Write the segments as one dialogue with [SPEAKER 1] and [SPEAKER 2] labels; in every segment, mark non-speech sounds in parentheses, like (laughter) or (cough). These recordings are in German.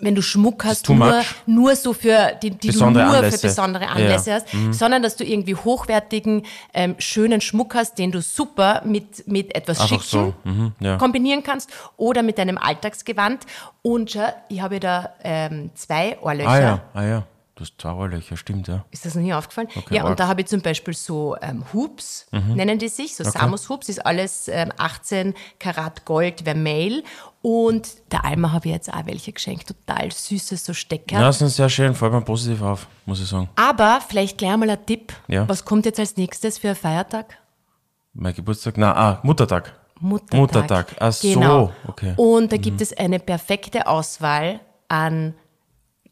[SPEAKER 1] wenn du Schmuck hast,
[SPEAKER 2] too
[SPEAKER 1] nur,
[SPEAKER 2] much.
[SPEAKER 1] nur so für die, die du nur
[SPEAKER 2] Besondere Anlässe.
[SPEAKER 1] für besondere
[SPEAKER 2] Ja, Mhm.
[SPEAKER 1] Anlässe
[SPEAKER 2] ja.
[SPEAKER 1] hast, sondern dass du irgendwie hochwertigen, ähm, schönen Schmuck hast, den du super mit, mit etwas
[SPEAKER 2] Einfach
[SPEAKER 1] Schicken
[SPEAKER 2] so. Mhm, ja.
[SPEAKER 1] kombinieren kannst oder mit deinem Alltagsgewand. Und schau, ich habe ja da ähm, zwei Ohrlöcher.
[SPEAKER 2] Ah ja, ah ja. Du hast zwei Ohrlöcher, stimmt, ja.
[SPEAKER 1] Ist das noch nie aufgefallen? ja,
[SPEAKER 2] arg.
[SPEAKER 1] und da habe ich zum Beispiel so ähm, Hoops,
[SPEAKER 2] Mhm.
[SPEAKER 1] nennen die sich, so Samus Hoops, ist alles ähm, 18 Karat Gold Vermeil. Und der Alma habe ich jetzt auch welche geschenkt, total süße so Stecker.
[SPEAKER 2] Ja, das ist sehr schön, fällt mir positiv auf, muss ich sagen.
[SPEAKER 1] Aber vielleicht gleich mal ein Tipp,
[SPEAKER 2] Ja.
[SPEAKER 1] was kommt jetzt als nächstes für einen Feiertag?
[SPEAKER 2] Mein Geburtstag, na, ah, Muttertag.
[SPEAKER 1] Muttertag.
[SPEAKER 2] Muttertag, ach so,
[SPEAKER 1] genau.
[SPEAKER 2] okay. Mhm.
[SPEAKER 1] Und da gibt es eine perfekte Auswahl an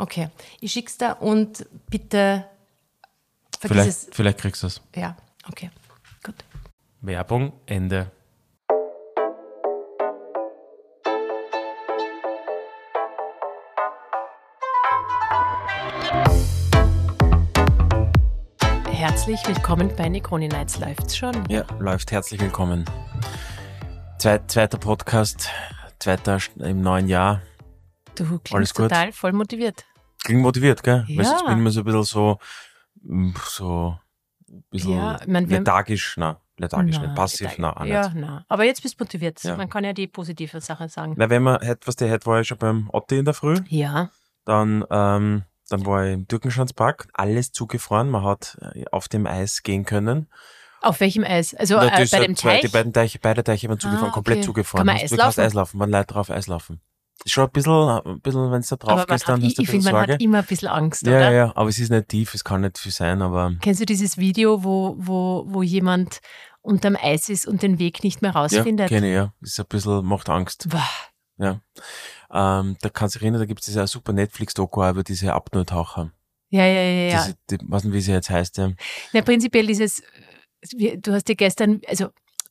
[SPEAKER 1] Okay, ich schick's da und bitte vergiss
[SPEAKER 2] Vielleicht, vielleicht kriegst du es.
[SPEAKER 1] es. Ja, okay, gut.
[SPEAKER 2] Werbung, Ende.
[SPEAKER 1] Herzlich willkommen bei Necroni Nights. Läuft's schon?
[SPEAKER 2] Ja, läuft. Herzlich willkommen. Zwei, zweiter Podcast, zweiter St- im neuen Jahr.
[SPEAKER 1] Du klingst
[SPEAKER 2] Alles gut?
[SPEAKER 1] total voll motiviert.
[SPEAKER 2] Klingt motiviert, gell?
[SPEAKER 1] Ja.
[SPEAKER 2] Weißt du, jetzt bin ich mir so ein bisschen so, mm, so, ein bisschen
[SPEAKER 1] Ja, ich mein, wir-
[SPEAKER 2] lethargisch, na, lethargisch, nicht, passiv, na, auch
[SPEAKER 1] Ja,
[SPEAKER 2] nicht.
[SPEAKER 1] na. Aber jetzt bist du motiviert.
[SPEAKER 2] Ja.
[SPEAKER 1] Man kann ja die positive Sache sagen.
[SPEAKER 2] Na, wenn man, hätte, was der hätte, war ich schon beim Opti in der Früh.
[SPEAKER 1] Ja,
[SPEAKER 2] Dann, ähm, dann war ich im Türkenschanzpark. Alles zugefroren. Man hat äh, auf dem Eis gehen können.
[SPEAKER 1] auf welchem Eis? Also
[SPEAKER 2] Na,
[SPEAKER 1] äh,
[SPEAKER 2] das
[SPEAKER 1] bei
[SPEAKER 2] hat
[SPEAKER 1] dem
[SPEAKER 2] zwei,
[SPEAKER 1] Teich?
[SPEAKER 2] Die beiden Teiche, beide Teiche waren zugefroren,
[SPEAKER 1] Ah,
[SPEAKER 2] komplett
[SPEAKER 1] okay.
[SPEAKER 2] zugefroren.
[SPEAKER 1] Kann man
[SPEAKER 2] Du-
[SPEAKER 1] Eis
[SPEAKER 2] du kannst
[SPEAKER 1] laufen?
[SPEAKER 2] Eis laufen, waren Leute drauf Eis laufen. Ist schon ein bisschen, ein bisschen wenn du da drauf
[SPEAKER 1] man
[SPEAKER 2] gehst, dann
[SPEAKER 1] hat,
[SPEAKER 2] hast
[SPEAKER 1] ich
[SPEAKER 2] du ein bisschen
[SPEAKER 1] ich finde, man
[SPEAKER 2] Sorge.
[SPEAKER 1] hat immer ein bisschen Angst,
[SPEAKER 2] Ja, ja,
[SPEAKER 1] oder?
[SPEAKER 2] ja, aber es ist nicht tief, es kann nicht viel sein, aber
[SPEAKER 1] Kennst du dieses Video, wo, wo, wo jemand unterm Eis ist und den Weg nicht mehr
[SPEAKER 2] ja,
[SPEAKER 1] rausfindet?
[SPEAKER 2] kenne ich, ja. Ist ein bisschen, macht Angst.
[SPEAKER 1] Boah,
[SPEAKER 2] Ja. Ähm, da kannst du dich erinnern, da gibt es diese super Netflix-Doku auch über diese Abnurtaucher.
[SPEAKER 1] ja, ja, ja, ja.
[SPEAKER 2] Diese, die, weiß nicht, wie sie jetzt heißt, ja.
[SPEAKER 1] Na, prinzipiell dieses, wir- du hast ja gestern, also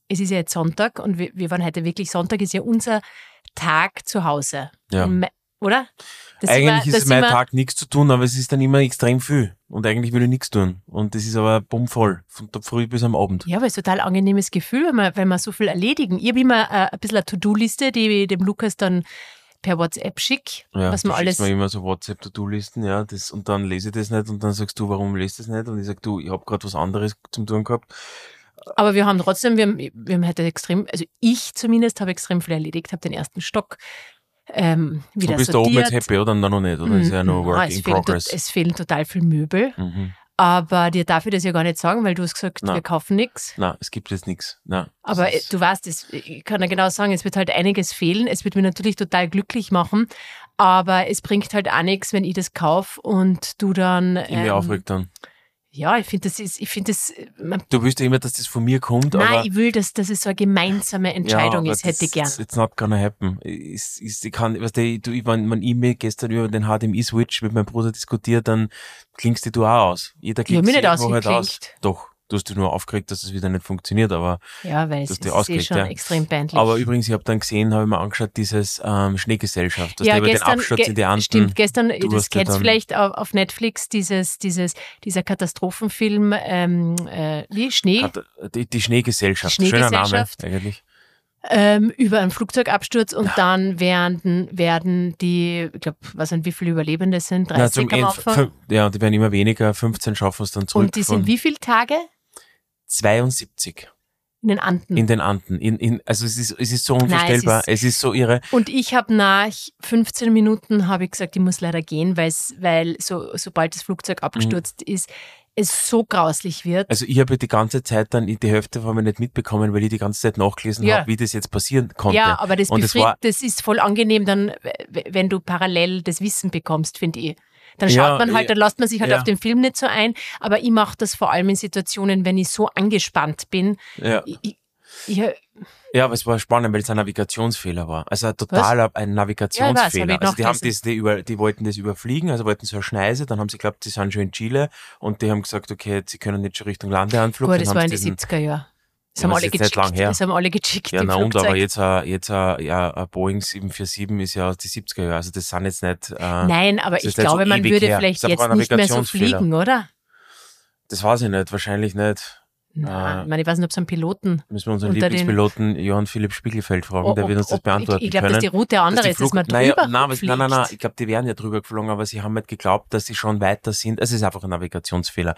[SPEAKER 1] es ist ja jetzt Sonntag und wir, wir waren heute wirklich, Sonntag ist ja unser Tag zu Hause.
[SPEAKER 2] Ja.
[SPEAKER 1] Im Mai- Oder? Das
[SPEAKER 2] eigentlich
[SPEAKER 1] sind wir-
[SPEAKER 2] ist
[SPEAKER 1] das
[SPEAKER 2] es
[SPEAKER 1] sind
[SPEAKER 2] mein
[SPEAKER 1] wir-
[SPEAKER 2] Tag nichts zu tun, aber es ist dann immer extrem viel. Und eigentlich will ich nichts tun. Und das ist aber bummvoll. Von der Früh bis am Abend.
[SPEAKER 1] Ja, aber es ist ein total angenehmes Gefühl, wenn man, wenn man so viel erledigen. Ich habe immer äh, ein bisschen eine To-Do-Liste, die ich dem Lukas dann per WhatsApp schicke,
[SPEAKER 2] Ja,
[SPEAKER 1] was man
[SPEAKER 2] du schickst
[SPEAKER 1] alles
[SPEAKER 2] mir immer so WhatsApp-To-Do-Listen, ja, das, und dann lese ich das nicht und dann sagst du, warum lest das nicht? Und ich sag, du, ich habe gerade was anderes zum Tun gehabt.
[SPEAKER 1] Aber wir haben trotzdem, wir haben, wir haben heute extrem, also ich zumindest habe extrem viel erledigt, habe den ersten Stock ähm, wieder
[SPEAKER 2] Du bist da
[SPEAKER 1] sortiert.
[SPEAKER 2] oben jetzt happy, oder? Nein, noch nicht, oder? ist ja
[SPEAKER 1] Mhm.
[SPEAKER 2] noch Work
[SPEAKER 1] Ah, es
[SPEAKER 2] in
[SPEAKER 1] fehlen tot-
[SPEAKER 2] Progress.
[SPEAKER 1] Es fehlen total viel Möbel,
[SPEAKER 2] Mhm.
[SPEAKER 1] aber dir darf ich das ja gar nicht sagen, weil du hast gesagt,
[SPEAKER 2] Nein.
[SPEAKER 1] wir kaufen nichts.
[SPEAKER 2] Nein, es gibt jetzt nichts. Nein.
[SPEAKER 1] Aber äh,
[SPEAKER 2] es ist,
[SPEAKER 1] du weißt, es, ich kann ja genau sagen, es wird halt einiges fehlen. Es wird mich natürlich total glücklich machen, aber es bringt halt auch nichts, wenn ich das kaufe und du dann. ähm,
[SPEAKER 2] ich mir aufregt dann.
[SPEAKER 1] ja, ich finde, das ist, ich finde, das, man,
[SPEAKER 2] Du willst ja immer, dass das von mir kommt, aber.
[SPEAKER 1] nein, ich will, dass, dass es so eine gemeinsame Entscheidung
[SPEAKER 2] aber
[SPEAKER 1] ist, hätte ich
[SPEAKER 2] das-
[SPEAKER 1] gern.
[SPEAKER 2] It's, it's not gonna happen. Ist, ist, ich kann, weißt du, ich- du, ich, wenn man E-Mail gestern über den HDMI-Switch mit meinem Bruder diskutiert, dann klingst du auch aus. Jeder
[SPEAKER 1] Ich hab
[SPEAKER 2] klingt
[SPEAKER 1] mich nicht
[SPEAKER 2] sich irgendwo
[SPEAKER 1] ausgeklinkt.
[SPEAKER 2] Doch, du hast dich nur aufgeregt, dass es wieder nicht funktioniert, aber
[SPEAKER 1] Ja, weil es
[SPEAKER 2] dass
[SPEAKER 1] ist
[SPEAKER 2] die
[SPEAKER 1] eh
[SPEAKER 2] ausgeht,
[SPEAKER 1] schon
[SPEAKER 2] ja.
[SPEAKER 1] extrem peinlich.
[SPEAKER 2] Aber übrigens, ich habe dann gesehen, habe ich mir angeschaut, dieses ähm, Schneegesellschaft, dass
[SPEAKER 1] ja,
[SPEAKER 2] der über
[SPEAKER 1] gestern,
[SPEAKER 2] den Absturz
[SPEAKER 1] ge-
[SPEAKER 2] in die Anden.
[SPEAKER 1] stimmt, gestern, das
[SPEAKER 2] hast ja
[SPEAKER 1] kennst du
[SPEAKER 2] dann-
[SPEAKER 1] vielleicht auf, auf Netflix, dieses, dieses, dieser Katastrophenfilm, ähm, äh, wie, Schnee,
[SPEAKER 2] Hat, äh, die, die Schneegesellschaft,
[SPEAKER 1] Schneegesellschaft.
[SPEAKER 2] schöner Name eigentlich.
[SPEAKER 1] ähm, über einen Flugzeugabsturz und dann werden, werden die, ich glaube, was sind, wie viele Überlebende es sind, 30
[SPEAKER 2] zum
[SPEAKER 1] am
[SPEAKER 2] End-
[SPEAKER 1] Anfang.
[SPEAKER 2] fün- ja, die werden immer weniger, 15 schaffen es dann zurück.
[SPEAKER 1] und die sind
[SPEAKER 2] von
[SPEAKER 1] wie viele Tage?
[SPEAKER 2] 72.
[SPEAKER 1] In den Anden.
[SPEAKER 2] In den Anden. In, in, also es ist, es ist so unvorstellbar.
[SPEAKER 1] Nein,
[SPEAKER 2] es, ist so irre.
[SPEAKER 1] Und ich habe nach 15 Minuten habe ich gesagt, ich muss leider gehen, weil's, weil so, sobald das Flugzeug
[SPEAKER 2] Mhm.
[SPEAKER 1] abgestürzt ist, es so grauslich wird.
[SPEAKER 2] Also ich habe die ganze Zeit dann die Hälfte von mir nicht mitbekommen, weil ich die ganze Zeit nachgelesen
[SPEAKER 1] Ja.
[SPEAKER 2] habe, wie das jetzt passieren konnte.
[SPEAKER 1] ja, aber das
[SPEAKER 2] Und es
[SPEAKER 1] befriedigt,
[SPEAKER 2] war,
[SPEAKER 1] das ist voll angenehm, dann, w- wenn du parallel das Wissen bekommst, finde ich. Dann schaut
[SPEAKER 2] Ja,
[SPEAKER 1] man halt,
[SPEAKER 2] ja.
[SPEAKER 1] dann lässt man sich halt
[SPEAKER 2] Ja.
[SPEAKER 1] auf den Film nicht so ein. Aber ich mache das vor allem in Situationen, wenn ich so angespannt bin.
[SPEAKER 2] ja.
[SPEAKER 1] Ich, ich, ich,
[SPEAKER 2] Ja, aber es war spannend, weil es ein Navigationsfehler war. Also ein totaler ein
[SPEAKER 1] Ja, ich weiß, hab
[SPEAKER 2] Navigationsfehler.
[SPEAKER 1] ich
[SPEAKER 2] also die haben
[SPEAKER 1] nachgelesen.
[SPEAKER 2] das, die, über, die wollten das überfliegen, also wollten so eine Schneise, dann haben sie geglaubt, sie sind schon in Chile und die haben gesagt, okay, sie können nicht schon Richtung Landeanflug.
[SPEAKER 1] Boah,
[SPEAKER 2] dann
[SPEAKER 1] das
[SPEAKER 2] haben
[SPEAKER 1] war
[SPEAKER 2] sie
[SPEAKER 1] in den
[SPEAKER 2] diesen-
[SPEAKER 1] 70er Jahren.
[SPEAKER 2] Ja,
[SPEAKER 1] Das, haben
[SPEAKER 2] aber es
[SPEAKER 1] alle
[SPEAKER 2] ist nicht
[SPEAKER 1] gechickt.
[SPEAKER 2] lang her.
[SPEAKER 1] das haben alle gechickt.
[SPEAKER 2] Ja,
[SPEAKER 1] die
[SPEAKER 2] na und, aber
[SPEAKER 1] Flugzeuge.
[SPEAKER 2] jetzt, ein- jetzt ein- ja, ein Boeing 747 ist ja aus die 70er Jahre, also das sind jetzt nicht, äh,
[SPEAKER 1] Nein, aber
[SPEAKER 2] Das
[SPEAKER 1] ich
[SPEAKER 2] ist jetzt
[SPEAKER 1] glaube,
[SPEAKER 2] so
[SPEAKER 1] man
[SPEAKER 2] ewig
[SPEAKER 1] würde
[SPEAKER 2] her.
[SPEAKER 1] vielleicht
[SPEAKER 2] Das ist
[SPEAKER 1] jetzt
[SPEAKER 2] aber ein
[SPEAKER 1] nicht mehr so
[SPEAKER 2] Navigationsfehler.
[SPEAKER 1] fliegen, oder?
[SPEAKER 2] das weiß ich nicht, wahrscheinlich nicht.
[SPEAKER 1] Nein,
[SPEAKER 2] Äh,
[SPEAKER 1] ich meine, ich weiß nicht, ob es einen Piloten.
[SPEAKER 2] Müssen wir unseren
[SPEAKER 1] Unter den-
[SPEAKER 2] Lieblingspiloten Johann Philipp Spiegelfeld fragen,
[SPEAKER 1] ob-
[SPEAKER 2] der wird uns das
[SPEAKER 1] ob-
[SPEAKER 2] beantworten
[SPEAKER 1] Ich, ich
[SPEAKER 2] können.
[SPEAKER 1] glaube, dass die Route eine andere
[SPEAKER 2] die
[SPEAKER 1] ist, dass man
[SPEAKER 2] naja,
[SPEAKER 1] drüber
[SPEAKER 2] nein, was, nein, nein, nein,
[SPEAKER 1] fliegt.
[SPEAKER 2] ich glaube, die wären ja drüber geflogen, aber sie haben halt geglaubt, dass sie schon weiter sind. Es ist einfach ein Navigationsfehler.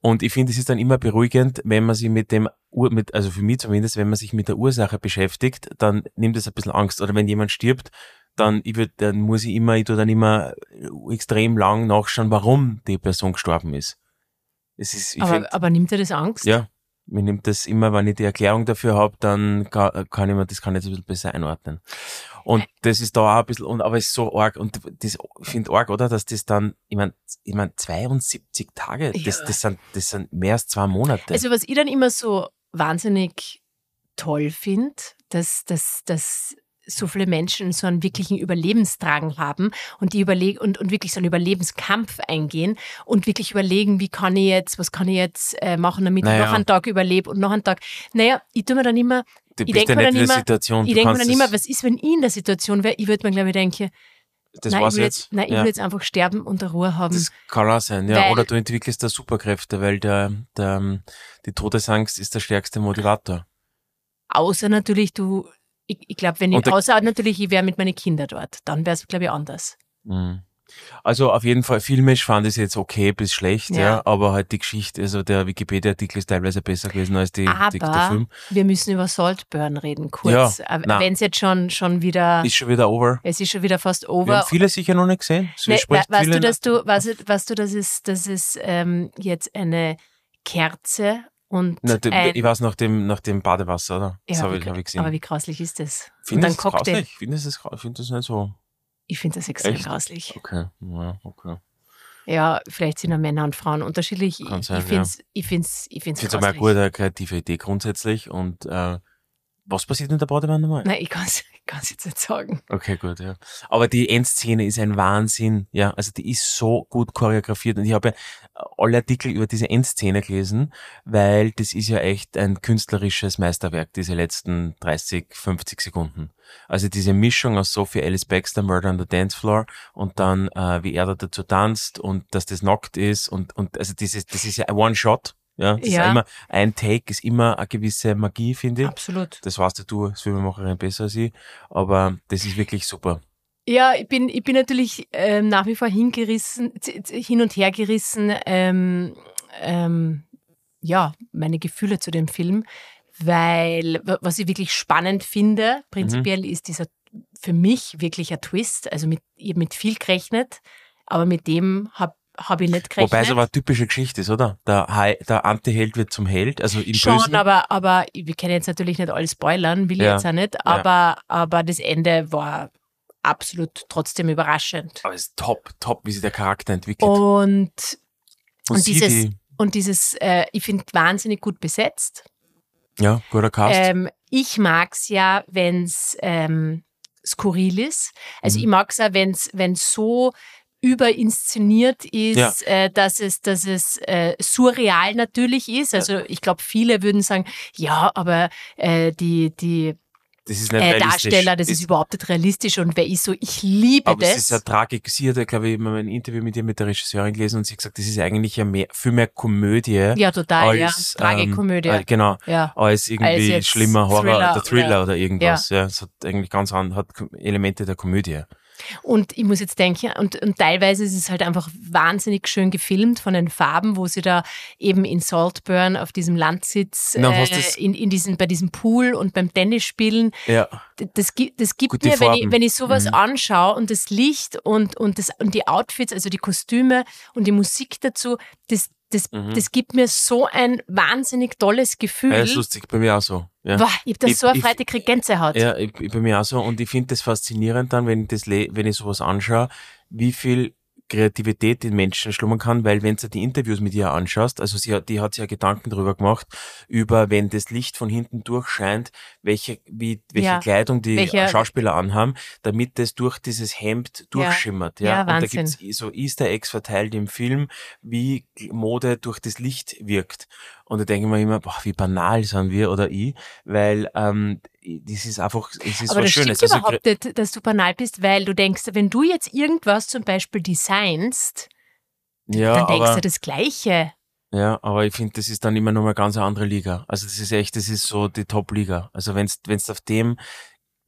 [SPEAKER 2] Und ich finde, es ist dann immer beruhigend, wenn man sich mit dem, Ur- mit, also für mich zumindest, wenn man sich mit der Ursache beschäftigt, dann nimmt es ein bisschen Angst. Oder wenn jemand stirbt, dann, ich würd, dann muss ich immer, ich tu dann immer extrem lang nachschauen, warum die Person gestorben ist. Es ist, ich find,
[SPEAKER 1] Aber, aber nimmt dir das Angst?
[SPEAKER 2] ja, mir nimmt das immer, wenn ich die Erklärung dafür habe, dann kann, kann ich mir das kann ich jetzt ein bisschen besser einordnen. Und das ist da auch ein bisschen, und, aber es ist so arg, und das ich finde arg, oder? Dass das dann, ich mein, ich mein, 72 Tage, das,
[SPEAKER 1] Ja.
[SPEAKER 2] das, sind, das sind mehr als zwei Monate.
[SPEAKER 1] Also was ich dann immer so wahnsinnig toll finde, dass, dass, dass so viele Menschen so einen wirklichen Überlebensdrang haben und die überleg und, und wirklich so einen Überlebenskampf eingehen und wirklich überlegen, wie kann ich jetzt, was kann ich jetzt äh, machen, damit
[SPEAKER 2] Naja.
[SPEAKER 1] ich noch einen Tag überlebe und noch einen Tag. Naja, ich tu mir dann immer,
[SPEAKER 2] du
[SPEAKER 1] ich
[SPEAKER 2] bist
[SPEAKER 1] denk
[SPEAKER 2] ja
[SPEAKER 1] mir
[SPEAKER 2] nicht
[SPEAKER 1] dann
[SPEAKER 2] in der
[SPEAKER 1] immer-
[SPEAKER 2] Situation,
[SPEAKER 1] ich
[SPEAKER 2] du
[SPEAKER 1] denke mir
[SPEAKER 2] kannst
[SPEAKER 1] dann immer,
[SPEAKER 2] das,
[SPEAKER 1] was ist, wenn ich in der Situation wäre? Ich würde mir, glaube ich, denken,
[SPEAKER 2] das
[SPEAKER 1] nein,
[SPEAKER 2] war's
[SPEAKER 1] ich will
[SPEAKER 2] jetzt.
[SPEAKER 1] jetzt, nein, ich
[SPEAKER 2] ja.
[SPEAKER 1] will jetzt einfach sterben und eine Ruhe haben.
[SPEAKER 2] das kann auch sein, ja.
[SPEAKER 1] Weil-
[SPEAKER 2] Oder du entwickelst da Superkräfte, weil der, der, die Todesangst ist der stärkste Motivator.
[SPEAKER 1] Außer natürlich du, ich, ich glaube, wenn
[SPEAKER 2] Und
[SPEAKER 1] ich,
[SPEAKER 2] der-
[SPEAKER 1] außer natürlich, ich wäre mit meinen Kindern dort, dann wäre es, glaube ich, anders.
[SPEAKER 2] Mhm. Also auf jeden Fall, filmisch fand ich es jetzt okay bis schlecht, ja.
[SPEAKER 1] Ja.
[SPEAKER 2] aber halt die Geschichte, also der Wikipedia-Artikel ist teilweise besser gewesen als die, die, der
[SPEAKER 1] Aber
[SPEAKER 2] Film.
[SPEAKER 1] wir müssen über Saltburn reden, kurz.
[SPEAKER 2] Ja, na.
[SPEAKER 1] Wenn es jetzt schon, schon wieder,
[SPEAKER 2] Ist schon wieder over.
[SPEAKER 1] es ist schon wieder fast
[SPEAKER 2] Wir
[SPEAKER 1] over.
[SPEAKER 2] haben viele sicher noch nicht gesehen. So
[SPEAKER 1] Nee, we
[SPEAKER 2] spricht
[SPEAKER 1] weißt
[SPEAKER 2] viele
[SPEAKER 1] du, dass du, weißt, weißt du, dass es, dass es ähm, jetzt eine Kerze und
[SPEAKER 2] na, du,
[SPEAKER 1] ein,
[SPEAKER 2] ich weiß nach dem, nach dem Badewasser, oder?
[SPEAKER 1] Äh. Ja,
[SPEAKER 2] das habe ich,
[SPEAKER 1] wie-
[SPEAKER 2] hab ich gesehen.
[SPEAKER 1] aber wie grauslich ist das? und
[SPEAKER 2] Findest
[SPEAKER 1] dann
[SPEAKER 2] du es
[SPEAKER 1] Cocktail.
[SPEAKER 2] grauslich? Findest du es grau- findest du es nicht so?
[SPEAKER 1] Ich finde das extrem
[SPEAKER 2] Echt?
[SPEAKER 1] grauslich.
[SPEAKER 2] Okay, ja, okay.
[SPEAKER 1] Ja, vielleicht sind ja Männer und Frauen unterschiedlich.
[SPEAKER 2] Kann
[SPEAKER 1] ich
[SPEAKER 2] sein,
[SPEAKER 1] ich finde es ich find's, ich
[SPEAKER 2] Ich
[SPEAKER 1] find's
[SPEAKER 2] finde es aber
[SPEAKER 1] grauslich.
[SPEAKER 2] eine gute kreative Idee grundsätzlich und äh, was passiert in der Badewanne nochmal?
[SPEAKER 1] Nein, ich kann (laughs) es jetzt nicht sagen.
[SPEAKER 2] Okay, gut, ja. Aber die Endszene ist ein Wahnsinn, ja. Also die ist so gut choreografiert und ich habe ja äh, alle Artikel über diese Endszene gelesen, weil das ist ja echt ein künstlerisches Meisterwerk, diese letzten 30, 50 Sekunden. Also diese Mischung aus Sophie Alice Baxter, Murder on the Dance Floor und dann, äh, wie er da dazu tanzt und dass das nackt ist und, und also dieses, das ist ja ein One-Shot. Ja, das Ist
[SPEAKER 1] Ja.
[SPEAKER 2] immer, ein Take ist immer eine gewisse Magie, finde ich.
[SPEAKER 1] Absolut.
[SPEAKER 2] Das weißt du als Filmemacherin besser als ich, aber das ist wirklich super.
[SPEAKER 1] Ja, ich bin, ich bin natürlich ähm, nach wie vor hingerissen, z- z- hin und her gerissen, ähm, ähm, ja, meine Gefühle zu dem Film, weil wa- was ich wirklich spannend finde, prinzipiell
[SPEAKER 2] Mhm.
[SPEAKER 1] ist dieser für mich wirklich ein Twist. Also mit, ich habe mit viel gerechnet, aber mit dem habe hab ich nicht gerechnet.
[SPEAKER 2] Wobei es aber eine typische Geschichte ist, oder? Der, Hai- der Anti-Held wird zum Held, also im
[SPEAKER 1] Schon,
[SPEAKER 2] Bösen.
[SPEAKER 1] aber, aber wir können jetzt natürlich nicht alles spoilern, will ich
[SPEAKER 2] Ja,
[SPEAKER 1] jetzt auch nicht, aber, aber das Ende war absolut trotzdem überraschend.
[SPEAKER 2] Aber es ist top, top, wie sich der Charakter entwickelt.
[SPEAKER 1] Und,
[SPEAKER 2] Und
[SPEAKER 1] Oh, und
[SPEAKER 2] sie,
[SPEAKER 1] dieses-
[SPEAKER 2] die,
[SPEAKER 1] und dieses, äh, ich finde, wahnsinnig gut besetzt.
[SPEAKER 2] ja, guter Cast.
[SPEAKER 1] Ähm, ich mag's ja, wenn's ähm, skurril ist. Also
[SPEAKER 2] Mhm.
[SPEAKER 1] ich mag's ja, wenn's wenn's so überinszeniert ist,
[SPEAKER 2] Ja.
[SPEAKER 1] äh, dass es, dass es äh, surreal natürlich ist. Also ich glaube, viele würden sagen, ja, aber äh, die, die
[SPEAKER 2] das ist nicht
[SPEAKER 1] äh,
[SPEAKER 2] realistisch.
[SPEAKER 1] Darsteller, das ist, überhaupt nicht realistisch und wer ist so, ich liebe
[SPEAKER 2] aber
[SPEAKER 1] das.
[SPEAKER 2] es ist ja Tragik. Sie hat, glaube ich, mal ein Interview mit ihr, mit der Regisseurin gelesen und sie hat gesagt, das ist eigentlich ja mehr, viel mehr Komödie
[SPEAKER 1] ja, total, ja.
[SPEAKER 2] als
[SPEAKER 1] Tragikomödie.
[SPEAKER 2] Ähm, äh, genau.
[SPEAKER 1] ja.
[SPEAKER 2] als
[SPEAKER 1] Als
[SPEAKER 2] irgendwie
[SPEAKER 1] jetzt
[SPEAKER 2] schlimmer Horror
[SPEAKER 1] Thriller
[SPEAKER 2] oder Thriller oder, irgendwas.
[SPEAKER 1] Ja.
[SPEAKER 2] Ja. es hat eigentlich ganz an, hat Elemente der Komödie.
[SPEAKER 1] Und ich muss jetzt denken, und, und teilweise ist es halt einfach wahnsinnig schön gefilmt von den Farben, wo sie da eben in Saltburn auf diesem Landsitz,
[SPEAKER 2] Na,
[SPEAKER 1] äh,
[SPEAKER 2] hast du's-
[SPEAKER 1] in, in diesem, bei diesem Pool und beim Tennis spielen.
[SPEAKER 2] Ja.
[SPEAKER 1] D- Das, gi- das gibt
[SPEAKER 2] Gute
[SPEAKER 1] mir, wenn ich,
[SPEAKER 2] Farben.
[SPEAKER 1] wenn ich sowas
[SPEAKER 2] Mhm.
[SPEAKER 1] anschaue und das Licht und, und, das, und die Outfits, also die Kostüme und die Musik dazu, das, das,
[SPEAKER 2] Mhm.
[SPEAKER 1] das gibt mir so ein wahnsinnig tolles Gefühl.
[SPEAKER 2] Ja, ist lustig, bei mir auch so. Ja.
[SPEAKER 1] Boah, ich hab das
[SPEAKER 2] Ich-
[SPEAKER 1] so eine
[SPEAKER 2] ich-
[SPEAKER 1] Freude, krieg Gänsehaut.
[SPEAKER 2] Ja, ich, ich bei mir auch so. Und ich finde das faszinierend dann, wenn ich, das, le- wenn ich sowas anschaue, wie viel Kreativität in Menschen schlummern kann, weil wenn du die Interviews mit ihr anschaust, also sie hat, die hat sich ja Gedanken drüber gemacht, über wenn das Licht von hinten durchscheint, welche, wie, welche
[SPEAKER 1] Ja.
[SPEAKER 2] Kleidung die
[SPEAKER 1] Welche-
[SPEAKER 2] Schauspieler anhaben, damit das durch dieses Hemd durchschimmert. Ja,
[SPEAKER 1] Ja,
[SPEAKER 2] und da
[SPEAKER 1] Wahnsinn.
[SPEAKER 2] gibt's so Easter Eggs verteilt im Film, wie Mode durch das Licht wirkt. Und da denke ich mir immer, boah, wie banal sind wir oder ich, weil ähm, das ist einfach, es ist
[SPEAKER 1] Aber
[SPEAKER 2] was
[SPEAKER 1] das
[SPEAKER 2] Schönes. also
[SPEAKER 1] stimmt überhaupt nicht, dass du banal bist, weil du denkst, wenn du jetzt irgendwas zum Beispiel designst,
[SPEAKER 2] ja,
[SPEAKER 1] dann denkst
[SPEAKER 2] aber,
[SPEAKER 1] du das Gleiche.
[SPEAKER 2] ja, aber ich finde, das ist dann immer noch mal ganz eine andere Liga. Also das ist echt, das ist so die Top-Liga. Also wenn's wenn's auf dem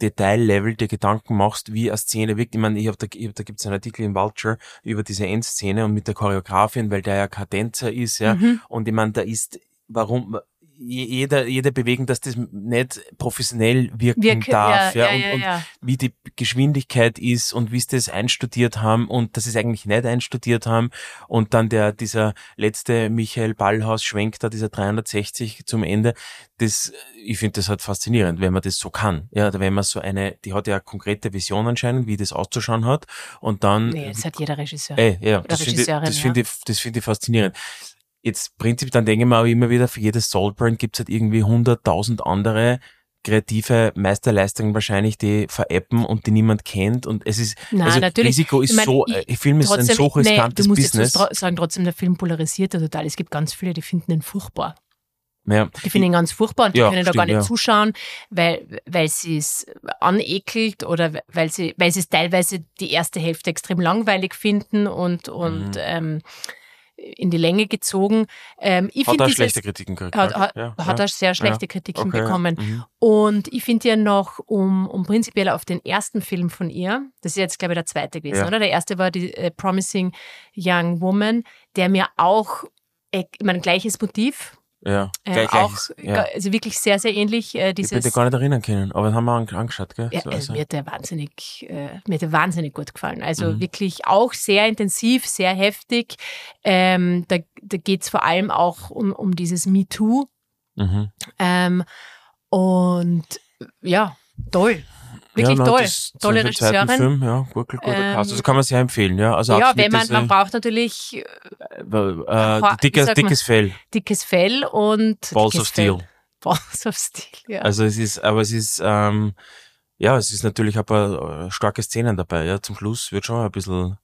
[SPEAKER 2] Detaillevel dir Gedanken machst, wie eine Szene wirkt. Ich meine, ich hab da, ich hab, da gibt's einen Artikel in Vulture über diese Endszene und mit der Choreografin, weil der ja Kadenzer ist, ja.
[SPEAKER 1] Mhm.
[SPEAKER 2] Und ich meine, da ist, warum je- jeder, jeder bewegen, dass das nicht professionell wirken
[SPEAKER 1] Wir, k-
[SPEAKER 2] Hm, darf,
[SPEAKER 1] ja,
[SPEAKER 2] ja,
[SPEAKER 1] ja,
[SPEAKER 2] und,
[SPEAKER 1] ja,
[SPEAKER 2] und
[SPEAKER 1] ja.
[SPEAKER 2] wie die Geschwindigkeit ist und wie sie das einstudiert haben und dass sie es eigentlich nicht einstudiert haben und dann der, dieser letzte Michael Ballhaus schwenkt da, dieser 360 zum Ende, das, ich finde das halt faszinierend, wenn man das so kann, ja, oder wenn man so eine, die hat ja eine konkrete Vision anscheinend, wie das auszuschauen hat und dann,
[SPEAKER 1] Nee, das hat jeder Regisseur.
[SPEAKER 2] Ey, ja,
[SPEAKER 1] Oder
[SPEAKER 2] das finde ich,
[SPEAKER 1] Regisseurin,
[SPEAKER 2] das find ich, das find ich faszinierend. Jetzt prinzipiell, dann denke ich mir aber immer wieder, für jedes Soulbrand gibt es halt irgendwie 100.000 andere kreative Meisterleistungen wahrscheinlich, die verappen und die niemand kennt. Und es ist,
[SPEAKER 1] Nein,
[SPEAKER 2] also
[SPEAKER 1] natürlich.
[SPEAKER 2] Risiko ist
[SPEAKER 1] Ich mein,
[SPEAKER 2] so,
[SPEAKER 1] ich-
[SPEAKER 2] äh, Film ist ein so
[SPEAKER 1] nee,
[SPEAKER 2] riskantes
[SPEAKER 1] du musst
[SPEAKER 2] Business.
[SPEAKER 1] jetzt was dra- sagen, trotzdem, der Film polarisiert ja total. Es gibt ganz viele, die finden ihn furchtbar.
[SPEAKER 2] ja,
[SPEAKER 1] Die finden ihn ganz furchtbar und die
[SPEAKER 2] Ja,
[SPEAKER 1] können da
[SPEAKER 2] stimmt,
[SPEAKER 1] gar nicht
[SPEAKER 2] ja.
[SPEAKER 1] zuschauen, weil, weil sie es anekelt oder weil sie, weil sie es teilweise die erste Hälfte extrem langweilig finden und, und
[SPEAKER 2] Mhm.
[SPEAKER 1] ähm, in die Länge gezogen. Ähm, ich
[SPEAKER 2] hat
[SPEAKER 1] finde
[SPEAKER 2] er
[SPEAKER 1] dieses-
[SPEAKER 2] schlechte Kritiken gekriegt.
[SPEAKER 1] hat,
[SPEAKER 2] gell?
[SPEAKER 1] hat,
[SPEAKER 2] ja,
[SPEAKER 1] hat
[SPEAKER 2] ja.
[SPEAKER 1] er sehr schlechte Kritiken
[SPEAKER 2] Okay, ja.
[SPEAKER 1] bekommen.
[SPEAKER 2] Mhm.
[SPEAKER 1] Und ich finde ja noch, um, um prinzipiell auf den ersten Film von ihr, das ist jetzt, glaube ich, der zweite gewesen,
[SPEAKER 2] Ja.
[SPEAKER 1] oder? Der erste war die äh, Promising Young Woman, der mir auch, äh, ich meine, gleiches Motiv,
[SPEAKER 2] Ja,
[SPEAKER 1] äh,
[SPEAKER 2] gleich,
[SPEAKER 1] auch,
[SPEAKER 2] gleiches, ja.
[SPEAKER 1] also wirklich sehr, sehr ähnlich. Äh,
[SPEAKER 2] Ich bin
[SPEAKER 1] dieses,
[SPEAKER 2] dir gar nicht erinnern können, aber das haben wir ang- angeschaut, gell?
[SPEAKER 1] ja,
[SPEAKER 2] So,
[SPEAKER 1] also
[SPEAKER 2] also.
[SPEAKER 1] mir, hat der wahnsinnig, äh, mir hat der wahnsinnig gut gefallen. Also
[SPEAKER 2] Mhm.
[SPEAKER 1] wirklich auch sehr intensiv, sehr heftig. Ähm, da da geht es vor allem auch um, um dieses MeToo.
[SPEAKER 2] mhm.
[SPEAKER 1] Ähm, und ja, toll. Wirklich
[SPEAKER 2] ja,
[SPEAKER 1] toll.
[SPEAKER 2] Das,
[SPEAKER 1] Tolle
[SPEAKER 2] zum zweiten
[SPEAKER 1] Regisseurin.
[SPEAKER 2] Film, ja, gut, gut, guter
[SPEAKER 1] Ähm,
[SPEAKER 2] Cast. Also kann man sehr empfehlen, ja. Also
[SPEAKER 1] ja,
[SPEAKER 2] absolut
[SPEAKER 1] wenn man,
[SPEAKER 2] diese-
[SPEAKER 1] man braucht natürlich äh,
[SPEAKER 2] äh,
[SPEAKER 1] Ho-
[SPEAKER 2] äh, dickes,
[SPEAKER 1] wie sagt man?
[SPEAKER 2] dickes Fell,
[SPEAKER 1] dickes Fell und
[SPEAKER 2] Balls
[SPEAKER 1] dickes
[SPEAKER 2] of Steel.
[SPEAKER 1] Fell. (laughs) Balls of Steel, ja.
[SPEAKER 2] Also es ist, aber es ist, ähm, ja, es ist natürlich ein paar äh, starke Szenen dabei. Ja, zum Schluss wird schon ein bisschen,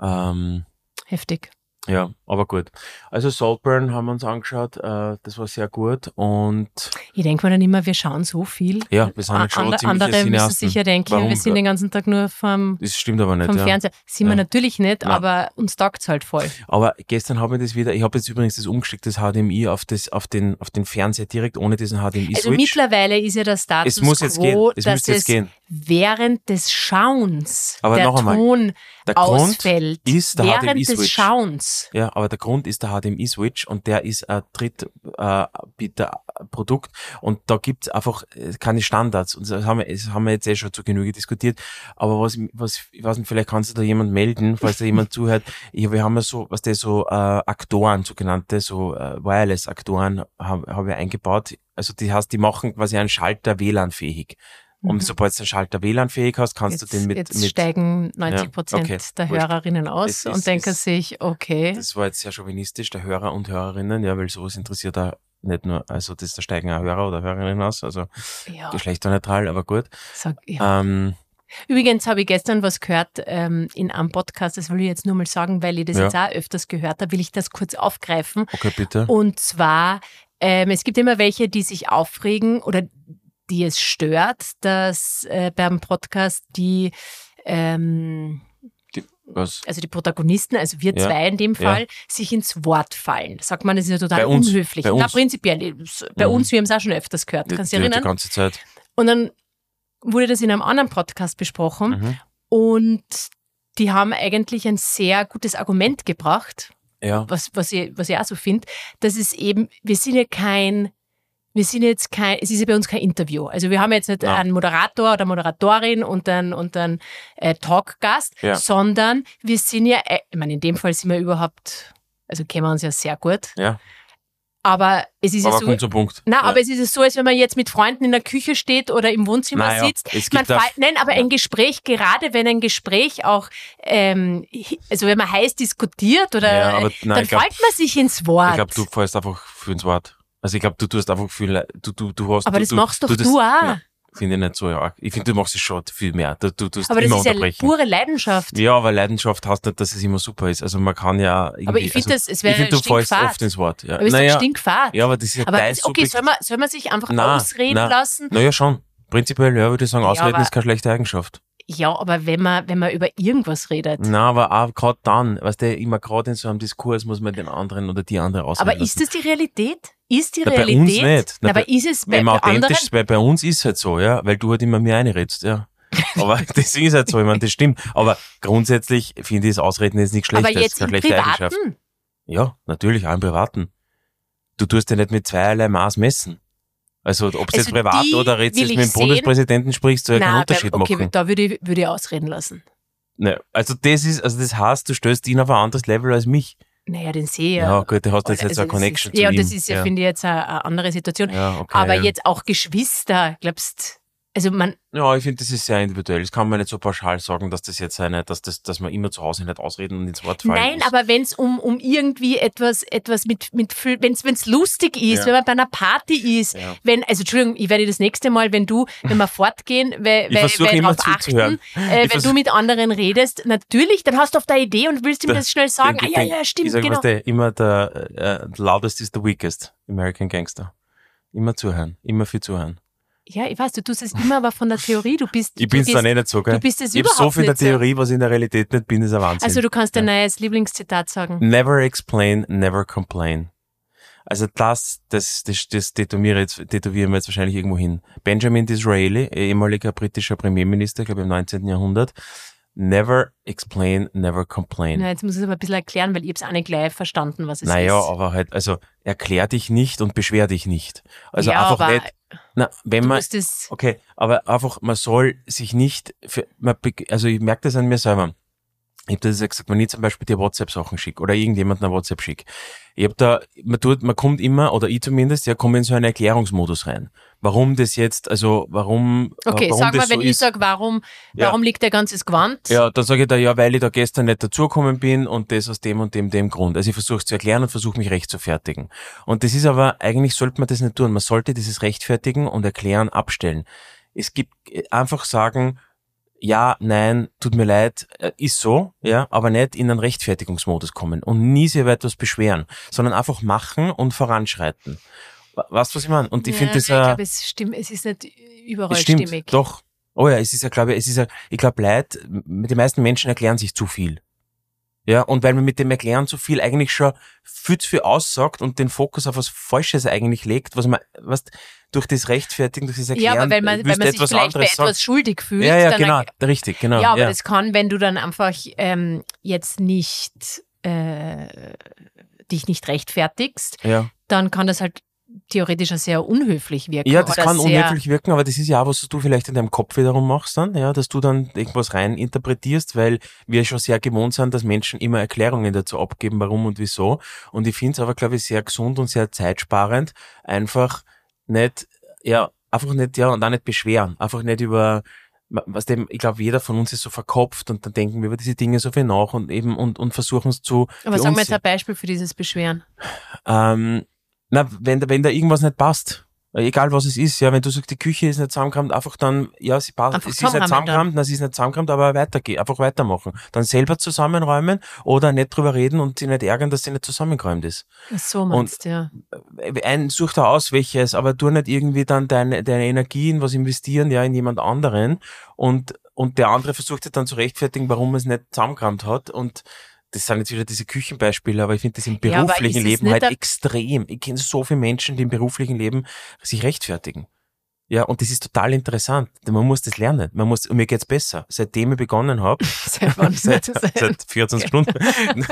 [SPEAKER 2] ähm,
[SPEAKER 1] Heftig.
[SPEAKER 2] ja, aber gut. Also Saltburn haben wir uns angeschaut, äh, das war sehr gut und
[SPEAKER 1] Ich denke mir dann immer, wir schauen so viel.
[SPEAKER 2] ja, wir sind
[SPEAKER 1] A-
[SPEAKER 2] jetzt schon
[SPEAKER 1] ander-
[SPEAKER 2] ziemliche
[SPEAKER 1] andere müssen
[SPEAKER 2] Cineasten.
[SPEAKER 1] sich ja denken,
[SPEAKER 2] Warum?
[SPEAKER 1] wir sind den ganzen Tag nur vom,
[SPEAKER 2] Das stimmt aber nicht,
[SPEAKER 1] vom
[SPEAKER 2] ja.
[SPEAKER 1] Fernseher. Sind wir
[SPEAKER 2] Ja.
[SPEAKER 1] natürlich nicht,
[SPEAKER 2] Nein.
[SPEAKER 1] aber uns taugt es halt voll.
[SPEAKER 2] Aber gestern habe ich das wieder, ich habe jetzt übrigens das umgesteckt, das HDMI auf, das, auf, den, auf den Fernseher direkt ohne diesen
[SPEAKER 1] Also
[SPEAKER 2] HDMI-Switch.
[SPEAKER 1] mittlerweile ist ja der Status
[SPEAKER 2] es muss jetzt
[SPEAKER 1] quo,
[SPEAKER 2] gehen, es
[SPEAKER 1] dass
[SPEAKER 2] müsste jetzt
[SPEAKER 1] es
[SPEAKER 2] gehen.
[SPEAKER 1] während des Schauens
[SPEAKER 2] Aber
[SPEAKER 1] der
[SPEAKER 2] noch einmal,
[SPEAKER 1] Ton
[SPEAKER 2] Der Grund
[SPEAKER 1] ausfällt.
[SPEAKER 2] ist der
[SPEAKER 1] während des
[SPEAKER 2] HDMI-Switch.
[SPEAKER 1] Schauens.
[SPEAKER 2] Ja, aber der Grund ist der HDMI-Switch und der ist ein Drittanbieter-Produkt und da gibt's einfach äh, keine Standards. Und das haben, wir, das haben wir jetzt eh schon zu Genüge diskutiert. Aber was, was, ich weiß nicht, vielleicht kannst du da jemand melden, falls da
[SPEAKER 1] (laughs)
[SPEAKER 2] jemand zuhört. Ja, wir haben ja so, was der so äh, Aktoren, sogenannte, so äh, Wireless-Aktoren haben hab ich eingebaut. Also die heißt, die machen quasi einen Schalter WLAN-fähig.
[SPEAKER 1] Mhm.
[SPEAKER 2] Und sobald du einen Schalter WLAN-fähig hast, kannst
[SPEAKER 1] jetzt,
[SPEAKER 2] du den mit,
[SPEAKER 1] jetzt
[SPEAKER 2] mit
[SPEAKER 1] steigen 90 Prozent
[SPEAKER 2] okay,
[SPEAKER 1] der
[SPEAKER 2] wurscht.
[SPEAKER 1] Hörerinnen aus
[SPEAKER 2] Es ist-
[SPEAKER 1] und denken
[SPEAKER 2] es-
[SPEAKER 1] sich, okay,
[SPEAKER 2] Das war jetzt sehr chauvinistisch, der Hörer und Hörerinnen, ja, weil sowas interessiert da nicht nur, also das, da steigen auch Hörer oder Hörerinnen aus, also
[SPEAKER 1] ja,
[SPEAKER 2] geschlechterneutral, aber gut.
[SPEAKER 1] sag, ja.
[SPEAKER 2] Ähm,
[SPEAKER 1] Übrigens habe ich gestern was gehört ähm, in einem Podcast, das will ich jetzt nur mal sagen, weil ich das
[SPEAKER 2] Ja.
[SPEAKER 1] jetzt auch öfters gehört habe, will ich das kurz aufgreifen.
[SPEAKER 2] okay, bitte.
[SPEAKER 1] Und zwar, ähm, es gibt immer welche, die sich aufregen oder die es stört, dass äh, beim Podcast die ähm,
[SPEAKER 2] Was?
[SPEAKER 1] also die Protagonisten, also wir
[SPEAKER 2] Ja,
[SPEAKER 1] zwei in dem
[SPEAKER 2] ja.
[SPEAKER 1] Fall, sich ins Wort fallen. Sagt man, das ist ja total
[SPEAKER 2] Bei uns,
[SPEAKER 1] unhöflich.
[SPEAKER 2] bei
[SPEAKER 1] Na,
[SPEAKER 2] uns.
[SPEAKER 1] prinzipiell. Bei
[SPEAKER 2] Mhm.
[SPEAKER 1] uns, wir haben es auch schon öfters gehört. Kannst du dich
[SPEAKER 2] Die, die
[SPEAKER 1] erinnern?
[SPEAKER 2] ganze Zeit.
[SPEAKER 1] Und dann wurde das in einem anderen Podcast besprochen.
[SPEAKER 2] Mhm.
[SPEAKER 1] Und die haben eigentlich ein sehr gutes Argument gebracht,
[SPEAKER 2] Ja,
[SPEAKER 1] was, was, ich, was ich auch so finde, dass es eben, wir sind ja kein, wir sind jetzt kein, es ist ja bei uns kein Interview. Also wir haben jetzt nicht
[SPEAKER 2] Nein.
[SPEAKER 1] einen Moderator oder Moderatorin und einen, und einen äh, Talkgast,
[SPEAKER 2] Ja.
[SPEAKER 1] sondern wir sind ja, äh, ich meine, in dem Fall sind wir überhaupt, also kennen wir uns ja sehr gut,
[SPEAKER 2] ja.
[SPEAKER 1] aber es ist
[SPEAKER 2] Aber
[SPEAKER 1] ja so,
[SPEAKER 2] kommt zum Punkt.
[SPEAKER 1] na,
[SPEAKER 2] ja.
[SPEAKER 1] aber es ist ja so, als wenn man jetzt mit Freunden in der Küche steht oder im Wohnzimmer
[SPEAKER 2] Naja,
[SPEAKER 1] sitzt.
[SPEAKER 2] es
[SPEAKER 1] Man
[SPEAKER 2] gibt da-
[SPEAKER 1] frei, nein, aber
[SPEAKER 2] ja.
[SPEAKER 1] ein Gespräch, gerade wenn ein Gespräch auch, ähm, hi- also wenn man heiß diskutiert oder, äh,
[SPEAKER 2] Ja, aber nein,
[SPEAKER 1] dann
[SPEAKER 2] ich glaub-
[SPEAKER 1] fällt man sich ins Wort.
[SPEAKER 2] Ich glaube, du fällst einfach für ins Wort. Also ich glaube, du tust einfach viel, le- du, du, du hast...
[SPEAKER 1] aber
[SPEAKER 2] du,
[SPEAKER 1] das machst doch du,
[SPEAKER 2] das-
[SPEAKER 1] auch.
[SPEAKER 2] Nein, Finde ich nicht so arg. Ich finde, du machst es schon viel mehr. Du, du tust
[SPEAKER 1] aber das
[SPEAKER 2] immer
[SPEAKER 1] ist ja
[SPEAKER 2] unterbrechen.
[SPEAKER 1] pure Leidenschaft.
[SPEAKER 2] ja, aber Leidenschaft heißt nicht, dass es immer super ist. Also man kann ja irgendwie...
[SPEAKER 1] aber ich finde,
[SPEAKER 2] also,
[SPEAKER 1] das, es
[SPEAKER 2] ich
[SPEAKER 1] wäre
[SPEAKER 2] finde, du fällst
[SPEAKER 1] stinkfad.
[SPEAKER 2] oft ins Wort. Ja.
[SPEAKER 1] Aber es ist
[SPEAKER 2] naja,
[SPEAKER 1] doch stinkfad.
[SPEAKER 2] ja, aber das ist ja
[SPEAKER 1] aber
[SPEAKER 2] dein
[SPEAKER 1] okay,
[SPEAKER 2] Subjekt-
[SPEAKER 1] soll man, soll man sich einfach
[SPEAKER 2] Nein,
[SPEAKER 1] ausreden
[SPEAKER 2] nein.
[SPEAKER 1] lassen?
[SPEAKER 2] Naja, schon. Prinzipiell, ja, würde ich sagen,
[SPEAKER 1] Ja,
[SPEAKER 2] Ausreden
[SPEAKER 1] aber-
[SPEAKER 2] ist keine schlechte Eigenschaft.
[SPEAKER 1] Ja, aber wenn man, wenn man über irgendwas redet.
[SPEAKER 2] Na, aber auch gerade dann, weißt du, immer gerade in so einem Diskurs muss man den anderen oder die andere ausreden.
[SPEAKER 1] Aber ist das die Realität? Ist die
[SPEAKER 2] Na, bei uns
[SPEAKER 1] Realität?
[SPEAKER 2] nicht. Na,
[SPEAKER 1] Na, aber
[SPEAKER 2] bei-
[SPEAKER 1] ist es bei,
[SPEAKER 2] Wenn
[SPEAKER 1] bei
[SPEAKER 2] man
[SPEAKER 1] anderen?
[SPEAKER 2] authentisch ist, weil bei uns ist halt so, ja, weil du halt immer mir einredst,
[SPEAKER 1] (laughs)
[SPEAKER 2] ja. Aber das ist halt so, ich meine, das stimmt. Aber grundsätzlich finde ich das Ausreden jetzt nicht schlecht,
[SPEAKER 1] Aber
[SPEAKER 2] das
[SPEAKER 1] jetzt
[SPEAKER 2] ist keine
[SPEAKER 1] im
[SPEAKER 2] schlechte Eigenschaft.
[SPEAKER 1] Privaten?
[SPEAKER 2] Ja, natürlich, auch im Privaten. Du tust ja nicht mit zweierlei Maß messen. Also, ob du
[SPEAKER 1] Also
[SPEAKER 2] jetzt privat
[SPEAKER 1] die
[SPEAKER 2] oder jetzt
[SPEAKER 1] will
[SPEAKER 2] jetzt
[SPEAKER 1] ich
[SPEAKER 2] mit dem
[SPEAKER 1] sehen.
[SPEAKER 2] Bundespräsidenten sprichst, soll ja keinen
[SPEAKER 1] Nein,
[SPEAKER 2] Unterschied
[SPEAKER 1] weil- okay,
[SPEAKER 2] machen.
[SPEAKER 1] da würde ich, würde ich ausreden lassen.
[SPEAKER 2] Nee, also, das ist, also, das heißt, du stößt ihn auf ein anderes Level als mich.
[SPEAKER 1] Naja, den sehe ich
[SPEAKER 2] Ja, gut, du hast jetzt,
[SPEAKER 1] Also
[SPEAKER 2] jetzt eine
[SPEAKER 1] das
[SPEAKER 2] Connection
[SPEAKER 1] ist,
[SPEAKER 2] zu
[SPEAKER 1] Ja,
[SPEAKER 2] ihm.
[SPEAKER 1] und das ist ja, finde ich, jetzt eine, eine andere Situation.
[SPEAKER 2] ja, okay,
[SPEAKER 1] Aber
[SPEAKER 2] ja.
[SPEAKER 1] jetzt auch Geschwister, glaubst also man,
[SPEAKER 2] Ja, ich finde, das ist sehr individuell. Das kann man nicht so pauschal sagen, dass das jetzt eine, dass das, dass man immer zu Hause nicht ausreden und ins Wort fallen
[SPEAKER 1] nein,
[SPEAKER 2] muss.
[SPEAKER 1] aber wenn es um, um irgendwie etwas, etwas mit, mit wenn es lustig ist,
[SPEAKER 2] Ja.
[SPEAKER 1] wenn man bei einer Party ist,
[SPEAKER 2] Ja.
[SPEAKER 1] wenn, also Entschuldigung, ich werde das nächste Mal, wenn du, wenn wir (laughs) fortgehen, weil,
[SPEAKER 2] Ich
[SPEAKER 1] weil,
[SPEAKER 2] versuche
[SPEAKER 1] weil
[SPEAKER 2] immer
[SPEAKER 1] drauf achten,
[SPEAKER 2] zuzuhören.
[SPEAKER 1] äh,
[SPEAKER 2] Ich
[SPEAKER 1] wenn du
[SPEAKER 2] versuch-
[SPEAKER 1] mit anderen redest, natürlich, dann hast du auf der Idee und willst ihm das schnell sagen. Ah,
[SPEAKER 2] Ich
[SPEAKER 1] ja,
[SPEAKER 2] denk-
[SPEAKER 1] ja, stimmt,
[SPEAKER 2] ich sag,
[SPEAKER 1] genau.
[SPEAKER 2] weißt du, immer der äh, the loudest is the weakest. American Gangster. Immer zuhören, immer viel zuhören.
[SPEAKER 1] Ja, ich weiß, du tust es immer, aber von der Theorie, du bist.
[SPEAKER 2] Ich
[SPEAKER 1] du
[SPEAKER 2] bin's
[SPEAKER 1] gehst-
[SPEAKER 2] dann eh nicht so, gell?
[SPEAKER 1] du bist es
[SPEAKER 2] ich hab so
[SPEAKER 1] überhaupt
[SPEAKER 2] viel in der
[SPEAKER 1] nicht so.
[SPEAKER 2] Theorie, was ich in der Realität nicht bin, ist ein Wahnsinn.
[SPEAKER 1] Also du kannst dein neues Lieblingszitat sagen.
[SPEAKER 2] Never explain, never complain. Also das, das, das, das tätowiere jetzt, tätowieren wir jetzt wahrscheinlich irgendwo hin. Benjamin Disraeli, eh, ehemaliger britischer Premierminister, glaube ich, im 19. Jahrhundert. Never explain, never complain.
[SPEAKER 1] Na, jetzt muss ich es aber ein bisschen erklären, weil ich hab's auch nicht gleich verstanden, was es
[SPEAKER 2] naja,
[SPEAKER 1] ist.
[SPEAKER 2] aber halt, also erklär dich nicht und beschwer dich nicht. Also
[SPEAKER 1] ja,
[SPEAKER 2] einfach
[SPEAKER 1] aber
[SPEAKER 2] nicht, na, wenn
[SPEAKER 1] Du
[SPEAKER 2] man,
[SPEAKER 1] musst es,
[SPEAKER 2] Okay, aber einfach, man soll sich nicht, für, man, beg- also ich merke das an mir selber. Ich habe das ja gesagt, wenn ich zum Beispiel dir WhatsApp-Sachen schicke oder irgendjemandem eine WhatsApp schicke. Ich habe da, man tut, man kommt immer, oder ich zumindest, ja, komme in so einen Erklärungsmodus rein. Warum das jetzt, also warum,
[SPEAKER 1] okay,
[SPEAKER 2] warum
[SPEAKER 1] sag
[SPEAKER 2] das
[SPEAKER 1] mal, wenn
[SPEAKER 2] so
[SPEAKER 1] ich
[SPEAKER 2] ist.
[SPEAKER 1] sag, warum,
[SPEAKER 2] Ja.
[SPEAKER 1] warum liegt der ganzes Gewand?
[SPEAKER 2] Ja, dann sage ich da, ja, weil ich da gestern nicht dazugekommen bin und das aus dem und dem, dem Grund. Also ich versuche es zu erklären und versuche mich recht zu fertigen. Und das ist aber, eigentlich sollte man das nicht tun. Man sollte dieses Rechtfertigen und Erklären abstellen. Es gibt äh, einfach sagen, ja, nein, tut mir leid, äh, ist so, ja, aber nicht in einen Rechtfertigungsmodus kommen und nie sich über etwas beschweren, sondern einfach machen und voranschreiten. Wa- Weißt du, was ich meine? Und ich finde das,
[SPEAKER 1] ich
[SPEAKER 2] äh,
[SPEAKER 1] glaube, es stimmt, es ist nicht überall
[SPEAKER 2] es stimmt,
[SPEAKER 1] stimmig.
[SPEAKER 2] doch. Oh ja, es ist ja, glaube ich, es ist ja, ich glaube, Leid, mit den meisten Menschen erklären sich zu viel. Ja, und weil man mit dem Erklären zu viel eigentlich schon viel zu viel aussagt und den Fokus auf was Falsches eigentlich legt, was man, was durch das Rechtfertigen, durch das
[SPEAKER 1] ja,
[SPEAKER 2] Erklären,
[SPEAKER 1] aber wenn man, wenn
[SPEAKER 2] willst
[SPEAKER 1] man
[SPEAKER 2] du
[SPEAKER 1] sich
[SPEAKER 2] etwas
[SPEAKER 1] vielleicht bei
[SPEAKER 2] anderes sagen.
[SPEAKER 1] etwas schuldig fühlt,
[SPEAKER 2] Ja, ja,
[SPEAKER 1] dann
[SPEAKER 2] genau, richtig, genau.
[SPEAKER 1] Ja, aber das kann, wenn du dann einfach ähm, jetzt nicht äh, dich nicht rechtfertigst,
[SPEAKER 2] ja.
[SPEAKER 1] dann kann das halt theoretisch auch sehr unhöflich wirken.
[SPEAKER 2] Ja, das
[SPEAKER 1] oder
[SPEAKER 2] kann
[SPEAKER 1] sehr,
[SPEAKER 2] unhöflich wirken, aber das ist ja auch, was du vielleicht in deinem Kopf wiederum machst dann, ja, dass du dann irgendwas rein interpretierst, weil wir schon sehr gewohnt sind, dass Menschen immer Erklärungen dazu abgeben, warum und wieso. Und ich finde es aber, glaube ich, sehr gesund und sehr zeitsparend, einfach nicht, ja, einfach nicht, ja, und auch nicht beschweren, einfach nicht über, was dem, ich glaube, jeder von uns ist so verkopft und dann denken wir über diese Dinge so viel nach und eben und, und versuchen es zu.
[SPEAKER 1] Aber
[SPEAKER 2] für
[SPEAKER 1] sagen wir
[SPEAKER 2] uns-
[SPEAKER 1] jetzt ein Beispiel für dieses Beschweren.
[SPEAKER 2] ähm, na, wenn, da- wenn da irgendwas nicht passt, egal was es ist, ja, wenn du sagst, die Küche ist nicht zusammengerammt, einfach dann, ja, sie passt,
[SPEAKER 1] Einfach
[SPEAKER 2] es ist nicht
[SPEAKER 1] zusammenräumen dann.
[SPEAKER 2] zusammengerammt, na, sie ist nicht zusammengerammt, aber weitergehen, einfach weitermachen. Dann selber zusammenräumen oder nicht drüber reden und sie nicht ärgern, dass sie nicht zusammengeräumt ist.
[SPEAKER 1] So meinst du,
[SPEAKER 2] (laughs)
[SPEAKER 1] ja.
[SPEAKER 2] Ein, such da aus, welches, aber tu nicht irgendwie dann deine, deine Energie in was investieren, ja, in jemand anderen und, und der andere versucht sich dann zu rechtfertigen, warum er es nicht zusammengerammt hat und das sind jetzt wieder diese Küchenbeispiele, aber ich finde das im
[SPEAKER 1] Ja, aber
[SPEAKER 2] beruflichen
[SPEAKER 1] ist es
[SPEAKER 2] Leben
[SPEAKER 1] nicht
[SPEAKER 2] halt
[SPEAKER 1] ein-
[SPEAKER 2] extrem. Ich kenne so viele Menschen, die im beruflichen Leben sich rechtfertigen. Ja, und das ist total interessant. Man muss das lernen. Man muss, und mir geht's besser. Seitdem ich begonnen habe,
[SPEAKER 1] Seit (laughs)
[SPEAKER 2] (laughs)
[SPEAKER 1] wann?
[SPEAKER 2] seit, seit 14 Stunden, (laughs)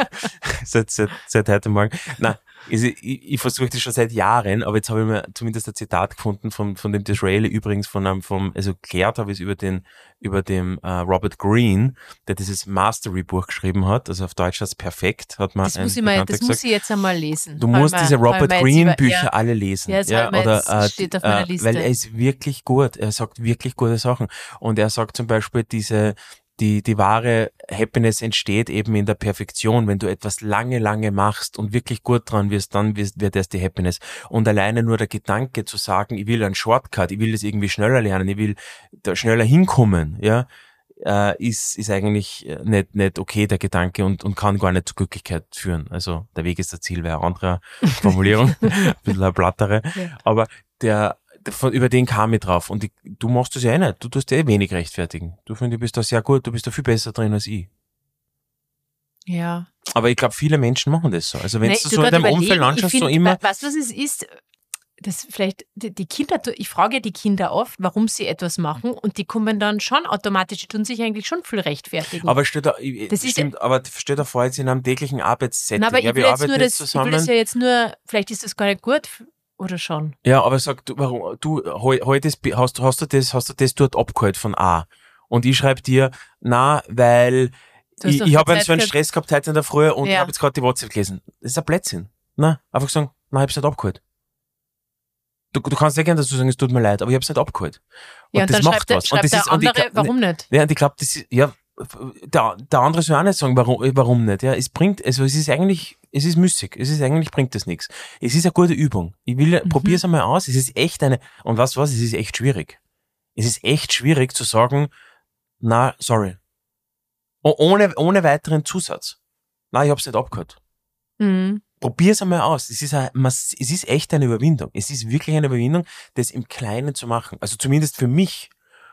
[SPEAKER 2] seit, seit, seit heute Morgen. Nein, ich, ich, ich versuche das schon seit Jahren, aber jetzt habe ich mir zumindest ein Zitat gefunden von, von dem Disraeli, übrigens von einem, vom, also geklärt habe ich es über den, über dem äh, Robert Greene, der dieses Mastery-Buch geschrieben hat, also auf Deutsch das perfekt, hat man
[SPEAKER 1] das muss, ich mal, das
[SPEAKER 2] gesagt.
[SPEAKER 1] muss ich jetzt einmal lesen.
[SPEAKER 2] Du
[SPEAKER 1] Hab ich
[SPEAKER 2] musst
[SPEAKER 1] mir-
[SPEAKER 2] diese
[SPEAKER 1] hab ich mir
[SPEAKER 2] Robert
[SPEAKER 1] jetzt
[SPEAKER 2] Greene
[SPEAKER 1] über-
[SPEAKER 2] Bücher
[SPEAKER 1] ja.
[SPEAKER 2] alle lesen.
[SPEAKER 1] Ja, das haben wir jetzt- steht auf meiner Liste.
[SPEAKER 2] äh, Weil er ist wirklich gut. Er sagt wirklich gute Sachen. Und er sagt zum Beispiel diese, die, die wahre Happiness entsteht eben in der Perfektion. Wenn du etwas lange, lange machst und wirklich gut dran wirst, dann wirst, wird erst die Happiness. Und alleine nur der Gedanke zu sagen, ich will einen Shortcut, ich will das irgendwie schneller lernen, ich will da schneller hinkommen, ja, äh, ist, ist eigentlich äh, nicht, nicht okay, der Gedanke, und, und kann gar nicht zur Glücklichkeit führen. Also der Weg ist das Ziel, wäre eine andere
[SPEAKER 1] (laughs)
[SPEAKER 2] Formulierung, ein bisschen eine plattere.
[SPEAKER 1] Ja.
[SPEAKER 2] Aber der, der von, über den kam ich drauf. Und ich, du machst das ja eh nicht. Du tust eh wenig rechtfertigen. Du findest, du bist da sehr gut, du bist da viel besser drin als ich.
[SPEAKER 1] Ja.
[SPEAKER 2] Aber ich glaube, viele Menschen machen das so. Also wenn
[SPEAKER 1] Nee,
[SPEAKER 2] du
[SPEAKER 1] du
[SPEAKER 2] so in
[SPEAKER 1] grad
[SPEAKER 2] deinem Umfeld
[SPEAKER 1] überlegen,
[SPEAKER 2] anschaust,
[SPEAKER 1] ich
[SPEAKER 2] so
[SPEAKER 1] find,
[SPEAKER 2] immer.
[SPEAKER 1] we- Weißt du, was es ist? Das vielleicht, die die Kinder, tu- ich frage ja die Kinder oft, warum sie etwas machen und die kommen dann schon automatisch, die tun sich eigentlich schon viel rechtfertigen.
[SPEAKER 2] Aber steht da, ich-
[SPEAKER 1] Das ist-
[SPEAKER 2] stimmt, aber steht da vor jetzt in einem täglichen Arbeitssetting.
[SPEAKER 1] Na, aber
[SPEAKER 2] ja,
[SPEAKER 1] ich will,
[SPEAKER 2] wir
[SPEAKER 1] jetzt nur
[SPEAKER 2] arbeiten
[SPEAKER 1] das,
[SPEAKER 2] jetzt
[SPEAKER 1] ich will
[SPEAKER 2] zusammen.
[SPEAKER 1] das ja jetzt nur, vielleicht ist das gar nicht gut f- oder schon.
[SPEAKER 2] Ja, aber sag, du, warum, du, heu- heute ist- hast, du- hast du das, hast du das dort abgeholt von A? Und ich schreibe dir, na, weil
[SPEAKER 1] Du hast
[SPEAKER 2] ich,
[SPEAKER 1] doch
[SPEAKER 2] ich
[SPEAKER 1] keine
[SPEAKER 2] habe
[SPEAKER 1] Zeit
[SPEAKER 2] so einen
[SPEAKER 1] gehabt.
[SPEAKER 2] Stress gehabt heute in der Früh und ich
[SPEAKER 1] Ja.
[SPEAKER 2] habe jetzt gerade die WhatsApp gelesen. Das ist ein Blödsinn. Na, einfach sagen, na, ich hab's nicht abgeholt. Du, du kannst ja gerne dazu sagen, es tut mir leid, aber ich hab's nicht abgeholt.
[SPEAKER 1] Ja, und,
[SPEAKER 2] das
[SPEAKER 1] dann
[SPEAKER 2] macht
[SPEAKER 1] schreibt, der-
[SPEAKER 2] was.
[SPEAKER 1] schreibt
[SPEAKER 2] und das
[SPEAKER 1] der
[SPEAKER 2] ist, und ich
[SPEAKER 1] andere,
[SPEAKER 2] glaub-
[SPEAKER 1] warum nicht?
[SPEAKER 2] ja, und ich glaube, das ist, ja, der, der andere soll auch nicht sagen, warum, äh, warum nicht. Ja, es bringt, also es ist eigentlich, es ist müßig. Es ist eigentlich, bringt das nichts. Es ist eine gute Übung. Ich will, probier's einmal aus. Es ist echt eine, und was, was, es ist echt schwierig. Es ist echt schwierig zu sagen, na, sorry. O ohne, ohne weiteren Zusatz. Na, ich hab's nicht abgehört.
[SPEAKER 1] Mhm.
[SPEAKER 2] Probier's einmal aus. Es ist, ein, mass- es ist echt eine Überwindung. Es ist wirklich eine Überwindung, das im Kleinen zu machen. Also zumindest für mich.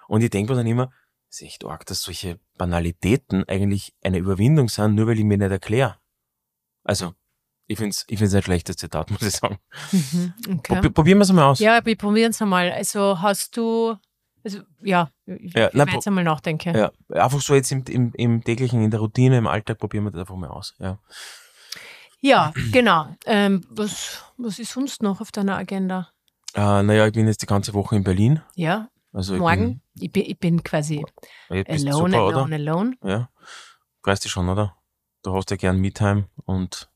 [SPEAKER 2] Und ich denke mir dann immer, es ist echt arg, dass solche Banalitäten eigentlich eine Überwindung sind, nur weil ich mir nicht erkläre. Also, ich find's, ich find's ein schlechtes Zitat, (laughs) muss ich sagen.
[SPEAKER 1] Mhm. Okay.
[SPEAKER 2] Probi probieren wir's einmal aus.
[SPEAKER 1] Ja, wir probieren es einmal. Also hast du, also ja, ich
[SPEAKER 2] Ja,
[SPEAKER 1] ja,
[SPEAKER 2] nein,
[SPEAKER 1] werde jetzt einmal nachdenken.
[SPEAKER 2] Ja, einfach so jetzt im, im, im täglichen, in der Routine, im Alltag probieren wir das einfach mal aus. Ja.
[SPEAKER 1] Ja, genau. Ähm, was, was ist sonst noch auf deiner Agenda?
[SPEAKER 2] Äh, naja, ich bin jetzt die ganze Woche in Berlin.
[SPEAKER 1] Ja,
[SPEAKER 2] Also ich
[SPEAKER 1] morgen. Ich bin, ich bin quasi
[SPEAKER 2] Bin, jetzt bist du
[SPEAKER 1] alone,
[SPEAKER 2] super, oder?
[SPEAKER 1] alone, alone.
[SPEAKER 2] Ja. Weißt du schon, oder? Du hast ja gern Me-Time und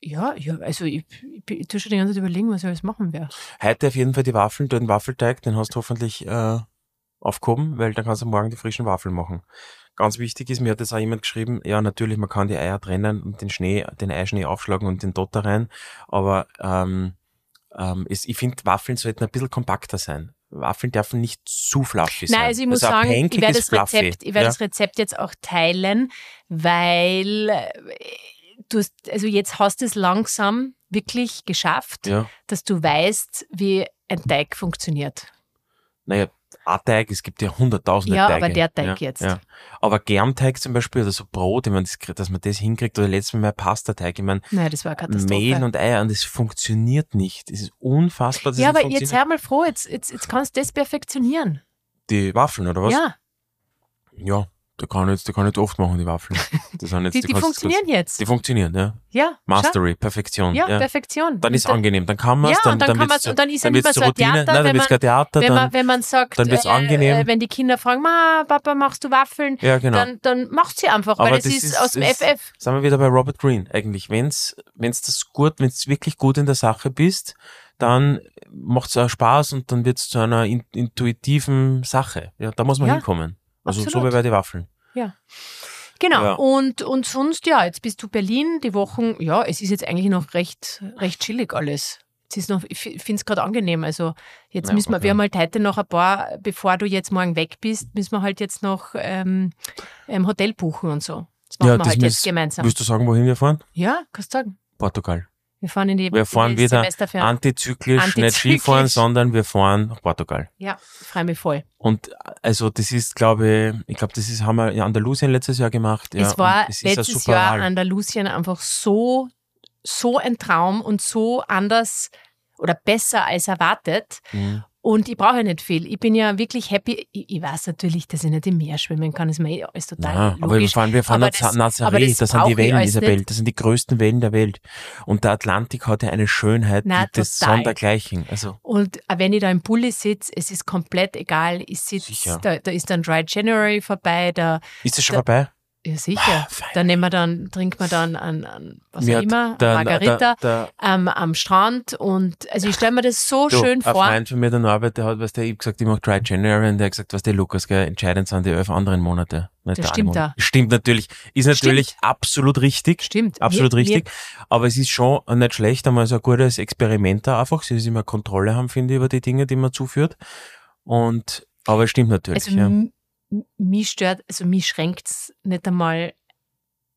[SPEAKER 1] Ja, ja also ich, ich, ich tue schon die ganze Zeit überlegen, was ich alles machen werde.
[SPEAKER 2] heute auf jeden Fall die Waffeln, den Waffelteig, den hast du hoffentlich äh, aufgehoben, weil dann kannst du morgen die frischen Waffeln machen. Ganz wichtig ist, mir hat das auch jemand geschrieben, ja natürlich, man kann die Eier trennen und den Schnee, den Eischnee aufschlagen und den Dotter rein, aber ähm, ähm, es, ich finde, Waffeln sollten ein bisschen kompakter sein. Waffeln dürfen nicht zu fluffy sein.
[SPEAKER 1] Nein, also ich muss
[SPEAKER 2] ein
[SPEAKER 1] sagen, ich werde
[SPEAKER 2] pankiges
[SPEAKER 1] das
[SPEAKER 2] Fluffy.
[SPEAKER 1] Rezept, ich werde
[SPEAKER 2] ja?
[SPEAKER 1] das Rezept jetzt auch teilen, weil äh, du hast, also jetzt hast du es langsam wirklich geschafft,
[SPEAKER 2] ja.
[SPEAKER 1] dass du weißt, wie ein Teig funktioniert.
[SPEAKER 2] naja, ein Teig, es gibt ja hunderttausende
[SPEAKER 1] Ja,
[SPEAKER 2] Teige.
[SPEAKER 1] aber der Teig
[SPEAKER 2] ja,
[SPEAKER 1] jetzt.
[SPEAKER 2] Ja. Aber Germteig zum Beispiel oder so Brot, ich meine, das, dass man das hinkriegt oder letztes Mal mein Pastateig, ich meine,
[SPEAKER 1] Nein, das war eine Katastrophe.
[SPEAKER 2] Mehl und Eier und es funktioniert nicht. Es ist unfassbar, dass
[SPEAKER 1] ja,
[SPEAKER 2] es nicht
[SPEAKER 1] aber jetzt
[SPEAKER 2] funktioniert.
[SPEAKER 1] hör mal froh, jetzt, jetzt, jetzt kannst du das perfektionieren.
[SPEAKER 2] Die Waffeln oder was?
[SPEAKER 1] Ja,
[SPEAKER 2] Ja, da kann ich jetzt, da kann ich jetzt oft machen, die Waffeln. Das
[SPEAKER 1] (laughs)
[SPEAKER 2] sind jetzt
[SPEAKER 1] die, die
[SPEAKER 2] Konsistenz.
[SPEAKER 1] funktionieren jetzt.
[SPEAKER 2] Die funktionieren, ja.
[SPEAKER 1] ja, schau.
[SPEAKER 2] Mastery, Perfektion.
[SPEAKER 1] Ja,
[SPEAKER 2] Ja,
[SPEAKER 1] Perfektion.
[SPEAKER 2] Dann ist es
[SPEAKER 1] Und
[SPEAKER 2] angenehm, dann kann man es,
[SPEAKER 1] Ja,
[SPEAKER 2] dann,
[SPEAKER 1] und dann
[SPEAKER 2] dann,
[SPEAKER 1] kann
[SPEAKER 2] wird's
[SPEAKER 1] man's-
[SPEAKER 2] zur-
[SPEAKER 1] und dann ist ja
[SPEAKER 2] dann
[SPEAKER 1] nicht
[SPEAKER 2] wird's zur
[SPEAKER 1] mehr so ein
[SPEAKER 2] Routine,
[SPEAKER 1] Theater,
[SPEAKER 2] nein,
[SPEAKER 1] wenn
[SPEAKER 2] dann wird's
[SPEAKER 1] man-
[SPEAKER 2] kein Theater,
[SPEAKER 1] wenn,
[SPEAKER 2] dann,
[SPEAKER 1] man, wenn man sagt,
[SPEAKER 2] dann wird's
[SPEAKER 1] äh,
[SPEAKER 2] angenehm.
[SPEAKER 1] äh, wenn die Kinder fragen, Ma, Papa, machst du Waffeln?
[SPEAKER 2] ja genau.
[SPEAKER 1] Dann, dann macht sie einfach,
[SPEAKER 2] Aber
[SPEAKER 1] weil es
[SPEAKER 2] das
[SPEAKER 1] ist,
[SPEAKER 2] ist-
[SPEAKER 1] aus dem
[SPEAKER 2] das-
[SPEAKER 1] FF.
[SPEAKER 2] sind wir wieder bei Robert Greene eigentlich. Wenn's, wenn's das gut, wenn's wirklich gut in der Sache bist, dann macht's auch Spaß und dann wird's zu einer in, intuitiven Sache. Ja, da muss man
[SPEAKER 1] Ja,
[SPEAKER 2] hinkommen. Also so
[SPEAKER 1] absolut.
[SPEAKER 2] wie bei den Waffeln.
[SPEAKER 1] Genau.
[SPEAKER 2] Ja.
[SPEAKER 1] Und, und sonst, ja, jetzt bist du Berlin, die Wochen, ja, es ist jetzt eigentlich noch recht, recht chillig alles. Es ist noch, ich finde es gerade angenehm. Also jetzt
[SPEAKER 2] Ja,
[SPEAKER 1] müssen wir,
[SPEAKER 2] okay.
[SPEAKER 1] wir haben halt heute noch ein paar, bevor du jetzt morgen weg bist, müssen wir halt jetzt noch ähm, ähm, Hotel buchen und so. Das machen
[SPEAKER 2] Ja,
[SPEAKER 1] wir
[SPEAKER 2] das
[SPEAKER 1] halt
[SPEAKER 2] müssen-
[SPEAKER 1] jetzt gemeinsam.
[SPEAKER 2] Willst du sagen, wohin wir fahren?
[SPEAKER 1] Ja, kannst sagen.
[SPEAKER 2] Portugal.
[SPEAKER 1] Wir fahren in die,
[SPEAKER 2] Wir fahren
[SPEAKER 1] in die
[SPEAKER 2] wieder
[SPEAKER 1] Semesterferien.
[SPEAKER 2] Antizyklisch, nicht
[SPEAKER 1] Antizyklisch.
[SPEAKER 2] Skifahren, sondern wir fahren nach Portugal.
[SPEAKER 1] Ja, freue mich voll.
[SPEAKER 2] Und also das ist, glaube ich, ich glaube, das ist, haben wir in Andalusien letztes Jahr gemacht. Ja,
[SPEAKER 1] es war
[SPEAKER 2] und es ist eine
[SPEAKER 1] letztes
[SPEAKER 2] super
[SPEAKER 1] Jahr
[SPEAKER 2] Wahl.
[SPEAKER 1] Andalusien einfach so, so ein Traum und so anders oder besser als erwartet.
[SPEAKER 2] Mhm.
[SPEAKER 1] Und ich brauche ja nicht viel. Ich bin ja wirklich happy. Ich, ich weiß natürlich, dass ich nicht im Meer schwimmen kann. Das ist mir eh alles total
[SPEAKER 2] Nein, aber wir
[SPEAKER 1] logisch.
[SPEAKER 2] fahren, wir fahren nach
[SPEAKER 1] Aber
[SPEAKER 2] Za-
[SPEAKER 1] das- aber
[SPEAKER 2] Nazaré,
[SPEAKER 1] das
[SPEAKER 2] das, sind
[SPEAKER 1] brauche ich
[SPEAKER 2] die Wellen
[SPEAKER 1] alles
[SPEAKER 2] dieser
[SPEAKER 1] nicht.
[SPEAKER 2] Welt, das sind die größten Wellen der Welt. Und der Atlantik hat ja eine Schönheit,
[SPEAKER 1] Na,
[SPEAKER 2] die das
[SPEAKER 1] total.
[SPEAKER 2] Sondergleichen. Also,
[SPEAKER 1] Und auch wenn ich da im Bulli sitze, es ist komplett egal. Ich sitze,
[SPEAKER 2] Sicher.
[SPEAKER 1] da, da ist dann Dry January vorbei, da,
[SPEAKER 2] ist das schon
[SPEAKER 1] Da-
[SPEAKER 2] vorbei?
[SPEAKER 1] ja sicher.
[SPEAKER 2] Ah, fein.
[SPEAKER 1] Da nehmen wir dann, trinken wir dann an, an was
[SPEAKER 2] Mir
[SPEAKER 1] auch
[SPEAKER 2] hat äh,
[SPEAKER 1] immer,
[SPEAKER 2] der-
[SPEAKER 1] Margarita
[SPEAKER 2] der- der-
[SPEAKER 1] Ähm, am Strand. Und also ich stelle mir das so
[SPEAKER 2] Du,
[SPEAKER 1] schön
[SPEAKER 2] ein
[SPEAKER 1] vor.
[SPEAKER 2] Freund von mir, der Norbert, der hat, was der, ich hab gesagt, ich mach Dry January und der hat gesagt, was der Lukas, gell, entscheidend sind die elf anderen Monate. Nicht
[SPEAKER 1] Das
[SPEAKER 2] der eine
[SPEAKER 1] stimmt
[SPEAKER 2] Monat. Stimmt natürlich, ist natürlich absolut richtig.
[SPEAKER 1] Stimmt.
[SPEAKER 2] Absolut
[SPEAKER 1] Mir- mir-
[SPEAKER 2] richtig. Aber es ist schon nicht schlecht, einmal so ein gutes Experiment da einfach. Sie ist immer Kontrolle haben, finde ich, über die Dinge, die man zuführt. Und, aber es stimmt natürlich,
[SPEAKER 1] Also
[SPEAKER 2] ja.
[SPEAKER 1] m- m- mich stört, also mich schränkt's nicht einmal.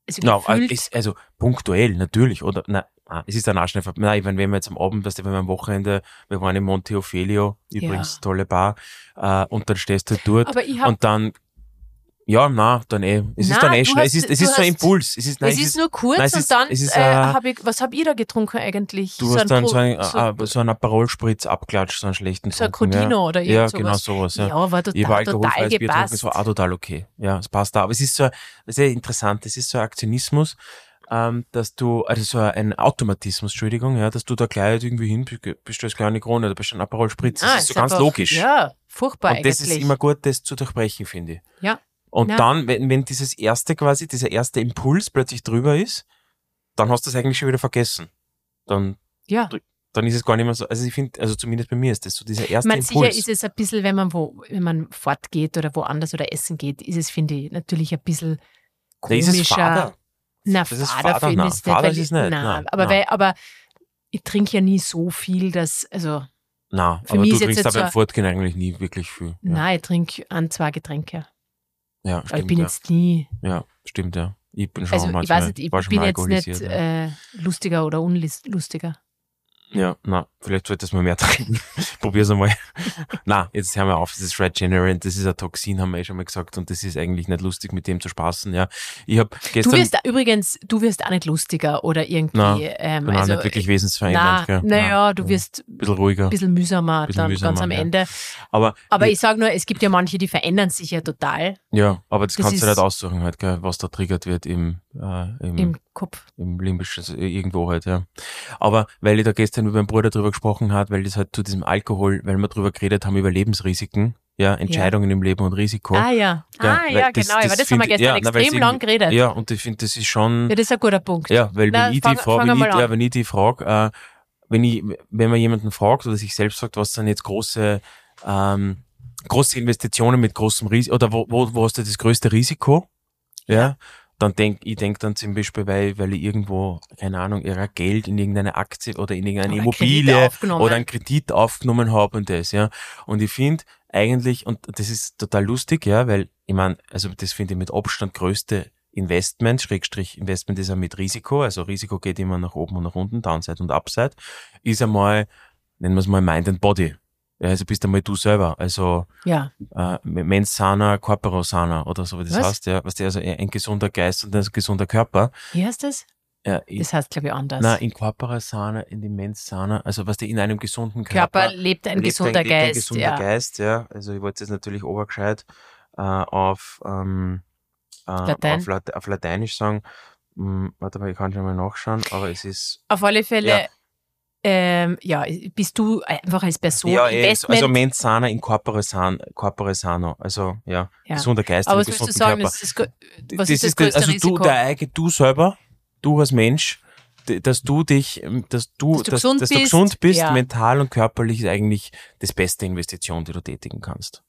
[SPEAKER 1] Also
[SPEAKER 2] Na,
[SPEAKER 1] gefühlt,
[SPEAKER 2] es- also punktuell, natürlich, oder? Nein, nein, es ist dann auch schnell vorbei. Nein, ich meine, wenn wir jetzt am Abend, weißt du, wenn wir am Wochenende, wir waren in Monteofelio, übrigens
[SPEAKER 1] Ja.
[SPEAKER 2] tolle Bar, äh, und dann stehst du dort
[SPEAKER 1] aber ich habe
[SPEAKER 2] und dann, ja, na, dann eh. Es
[SPEAKER 1] Nein,
[SPEAKER 2] ist dann eh
[SPEAKER 1] du
[SPEAKER 2] schnell.
[SPEAKER 1] hast-
[SPEAKER 2] es ist, es
[SPEAKER 1] du
[SPEAKER 2] ist so ein
[SPEAKER 1] hast-
[SPEAKER 2] Impuls. Es ist, nein,
[SPEAKER 1] es ist, nur kurz
[SPEAKER 2] nein, es
[SPEAKER 1] und
[SPEAKER 2] ist-
[SPEAKER 1] dann
[SPEAKER 2] es ist,
[SPEAKER 1] äh,
[SPEAKER 2] äh,
[SPEAKER 1] hab ich, was hab ich da getrunken eigentlich?
[SPEAKER 2] Du hast dann
[SPEAKER 1] Pro-
[SPEAKER 2] so einen,
[SPEAKER 1] so,
[SPEAKER 2] so, so einen Aperol-Spritz abklatscht, so einen schlechten
[SPEAKER 1] so ein
[SPEAKER 2] Trunken,
[SPEAKER 1] Crodino oder
[SPEAKER 2] Ja, ja
[SPEAKER 1] irgend
[SPEAKER 2] genau sowas.
[SPEAKER 1] sowas.
[SPEAKER 2] Ja.
[SPEAKER 1] ja. war
[SPEAKER 2] Ich habe
[SPEAKER 1] total, total
[SPEAKER 2] alkoholfreies Bier getrunken,
[SPEAKER 1] gepasst.
[SPEAKER 2] es war auch total okay. Ja, es passt da. Aber es ist so sehr interessant, es ist so ein Aktionismus, ähm, dass du, also so ein Automatismus, Entschuldigung, ja, dass du da gleich halt irgendwie hin bestellst kleine Krone oder bestellst einen Aperol Spritz. Das
[SPEAKER 1] Ah,
[SPEAKER 2] ist so
[SPEAKER 1] ist
[SPEAKER 2] ganz
[SPEAKER 1] einfach-
[SPEAKER 2] logisch.
[SPEAKER 1] Ja, furchtbar
[SPEAKER 2] Und das
[SPEAKER 1] eigentlich.
[SPEAKER 2] ist immer gut, das zu durchbrechen, finde ich.
[SPEAKER 1] Ja.
[SPEAKER 2] Und
[SPEAKER 1] Ja.
[SPEAKER 2] dann, wenn, wenn dieses erste quasi, dieser erste Impuls plötzlich drüber ist, dann hast du es eigentlich schon wieder vergessen. Dann,
[SPEAKER 1] ja.
[SPEAKER 2] dann ist es gar nicht mehr so. Also ich finde, also zumindest bei mir ist das so dieser
[SPEAKER 1] Ich
[SPEAKER 2] erste
[SPEAKER 1] meine, sicher
[SPEAKER 2] Impuls.
[SPEAKER 1] ist es ein bisschen, wenn man wo, wenn man fortgeht oder woanders oder essen geht, ist es, finde ich, natürlich ein bisschen
[SPEAKER 2] da ist
[SPEAKER 1] komischer.
[SPEAKER 2] es fader.
[SPEAKER 1] Na,
[SPEAKER 2] Das ist
[SPEAKER 1] Fader
[SPEAKER 2] Fader,
[SPEAKER 1] finde
[SPEAKER 2] nein.
[SPEAKER 1] ich nicht.
[SPEAKER 2] Fader
[SPEAKER 1] weil
[SPEAKER 2] ist
[SPEAKER 1] ich-
[SPEAKER 2] es nicht,
[SPEAKER 1] nein,
[SPEAKER 2] nein,
[SPEAKER 1] aber,
[SPEAKER 2] nein.
[SPEAKER 1] Weil, aber ich trinke ja nie so viel, dass, also,
[SPEAKER 2] Nein,
[SPEAKER 1] Für
[SPEAKER 2] aber
[SPEAKER 1] mich
[SPEAKER 2] du
[SPEAKER 1] ist jetzt
[SPEAKER 2] trinkst da
[SPEAKER 1] so
[SPEAKER 2] beim
[SPEAKER 1] ein-
[SPEAKER 2] Fortgehen eigentlich nie wirklich viel. Ja,
[SPEAKER 1] nein, ich trinke ein, zwei Getränke.
[SPEAKER 2] ja
[SPEAKER 1] Aber ich
[SPEAKER 2] stimmt.
[SPEAKER 1] bin
[SPEAKER 2] Ja.
[SPEAKER 1] jetzt nie,
[SPEAKER 2] ja, stimmt, ja. Ich bin schon
[SPEAKER 1] also, ich
[SPEAKER 2] manchmal,
[SPEAKER 1] weiß nicht, ich
[SPEAKER 2] war schon
[SPEAKER 1] bin
[SPEAKER 2] mal
[SPEAKER 1] jetzt nicht
[SPEAKER 2] alkoholisiert,
[SPEAKER 1] äh, lustiger oder unlustiger. äh,
[SPEAKER 2] ja. ja, na, vielleicht solltest du mal mehr (laughs) trinken. Probier's einmal. (laughs) na, jetzt hören wir auf. Das ist Red Generant, das ist ein Toxin, haben wir eh schon mal gesagt. Und das ist eigentlich nicht lustig, mit dem zu spaßen, ja. Ich habe
[SPEAKER 1] Du
[SPEAKER 2] gestern,
[SPEAKER 1] wirst auch- übrigens, du wirst auch nicht lustiger oder irgendwie,
[SPEAKER 2] Na,
[SPEAKER 1] ähm,
[SPEAKER 2] bin auch
[SPEAKER 1] also,
[SPEAKER 2] nicht wirklich
[SPEAKER 1] na,
[SPEAKER 2] wesensverändert, gell.
[SPEAKER 1] naja, du wirst
[SPEAKER 2] Ein bisschen ruhiger.
[SPEAKER 1] ein bisschen mühsamer
[SPEAKER 2] Bisschen
[SPEAKER 1] dann ganz
[SPEAKER 2] mühsamer,
[SPEAKER 1] am
[SPEAKER 2] ja.
[SPEAKER 1] Ende.
[SPEAKER 2] Aber,
[SPEAKER 1] Aber
[SPEAKER 2] ja,
[SPEAKER 1] ich sage nur, es gibt ja manche, die verändern sich ja total
[SPEAKER 2] ja, aber das,
[SPEAKER 1] das
[SPEAKER 2] kannst du
[SPEAKER 1] ist-
[SPEAKER 2] nicht aussuchen halt, gell, was da triggert wird im, äh, im,
[SPEAKER 1] im Kopf.
[SPEAKER 2] im limbischen, also irgendwo halt, ja. Aber weil ich da gestern mit meinem Bruder drüber gesprochen hat, weil das halt zu diesem Alkohol, weil wir drüber geredet haben über Lebensrisiken, ja, Entscheidungen im Leben und Risiko.
[SPEAKER 1] Ah ja,
[SPEAKER 2] Ja,
[SPEAKER 1] ah
[SPEAKER 2] weil
[SPEAKER 1] ja,
[SPEAKER 2] das-
[SPEAKER 1] genau. Aber
[SPEAKER 2] das
[SPEAKER 1] das haben wir
[SPEAKER 2] find-
[SPEAKER 1] gestern
[SPEAKER 2] ja, na, weil's
[SPEAKER 1] extrem lang
[SPEAKER 2] irgendwie-
[SPEAKER 1] geredet. Ja.
[SPEAKER 2] Ja, und ich finde, das ist schon,
[SPEAKER 1] das ist ein guter Punkt.
[SPEAKER 2] ja, weil
[SPEAKER 1] Na,
[SPEAKER 2] wenn ich
[SPEAKER 1] fang-
[SPEAKER 2] die Frage, wenn
[SPEAKER 1] fang
[SPEAKER 2] ich,
[SPEAKER 1] einmal an.
[SPEAKER 2] ja, wenn ich die Frage, äh, wenn ich, wenn man jemanden fragt oder sich selbst fragt, was sind jetzt große, ähm, große Investitionen mit großem Risiko, oder wo, wo, wo hast du das größte Risiko? Ja. Dann denk, ich denk dann zum Beispiel, weil, weil ich irgendwo, keine Ahnung, ihrer Geld in irgendeine Aktie oder in irgendeine
[SPEAKER 1] Oder Kredite
[SPEAKER 2] Immobilie
[SPEAKER 1] aufgenommen.
[SPEAKER 2] oder einen Kredit aufgenommen habe und das, ja. Und ich finde eigentlich, und das ist total lustig, ja, weil, ich meine, also das finde ich mit Abstand größte Investment, Schrägstrich Investment ist ja mit Risiko, also Risiko geht immer nach oben und nach unten, Downside und Upside, ist einmal, nennen wir es mal Mind and Body. Ja, also bist einmal du selber. Also
[SPEAKER 1] ja.
[SPEAKER 2] äh, mens sana, corpora sana oder so, wie das
[SPEAKER 1] Was?
[SPEAKER 2] heißt. Ja, was der also ein gesunder Geist und ein gesunder Körper.
[SPEAKER 1] Wie heißt das?
[SPEAKER 2] Ja, in,
[SPEAKER 1] Das heißt, glaube ich, anders.
[SPEAKER 2] na, in corpora sana, in die mens sana, also was der in einem gesunden Körper.
[SPEAKER 1] Körper lebt ein
[SPEAKER 2] lebt
[SPEAKER 1] gesunder
[SPEAKER 2] lebt Ein
[SPEAKER 1] Geist.
[SPEAKER 2] gesunder
[SPEAKER 1] ja.
[SPEAKER 2] Geist, ja. Also ich wollte jetzt natürlich obergescheit äh, auf, ähm, äh,
[SPEAKER 1] Latein?
[SPEAKER 2] Auf, Late, auf Lateinisch sagen. Hm, warte mal, ich kann schon mal nachschauen, aber es ist
[SPEAKER 1] Auf alle Fälle,
[SPEAKER 2] Ja.
[SPEAKER 1] Ähm, ja, bist du einfach als Person
[SPEAKER 2] ja, eh, so-
[SPEAKER 1] Investment.
[SPEAKER 2] also mens sana in corpore san- corpore sano, also ja,
[SPEAKER 1] Ja.
[SPEAKER 2] gesunder Geist im
[SPEAKER 1] aber was würdest du
[SPEAKER 2] gesunden
[SPEAKER 1] sagen,
[SPEAKER 2] Körper.
[SPEAKER 1] das ist, das gr- was
[SPEAKER 2] das
[SPEAKER 1] ist das größte
[SPEAKER 2] also
[SPEAKER 1] Risiko?
[SPEAKER 2] du, der eigene, du selber, du als Mensch, d- dass du dich, ähm, dass du,
[SPEAKER 1] Dass du
[SPEAKER 2] dass,
[SPEAKER 1] gesund
[SPEAKER 2] dass du
[SPEAKER 1] bist,
[SPEAKER 2] gesund bist,
[SPEAKER 1] ja.
[SPEAKER 2] mental und körperlich ist eigentlich das beste Investition, die du tätigen kannst.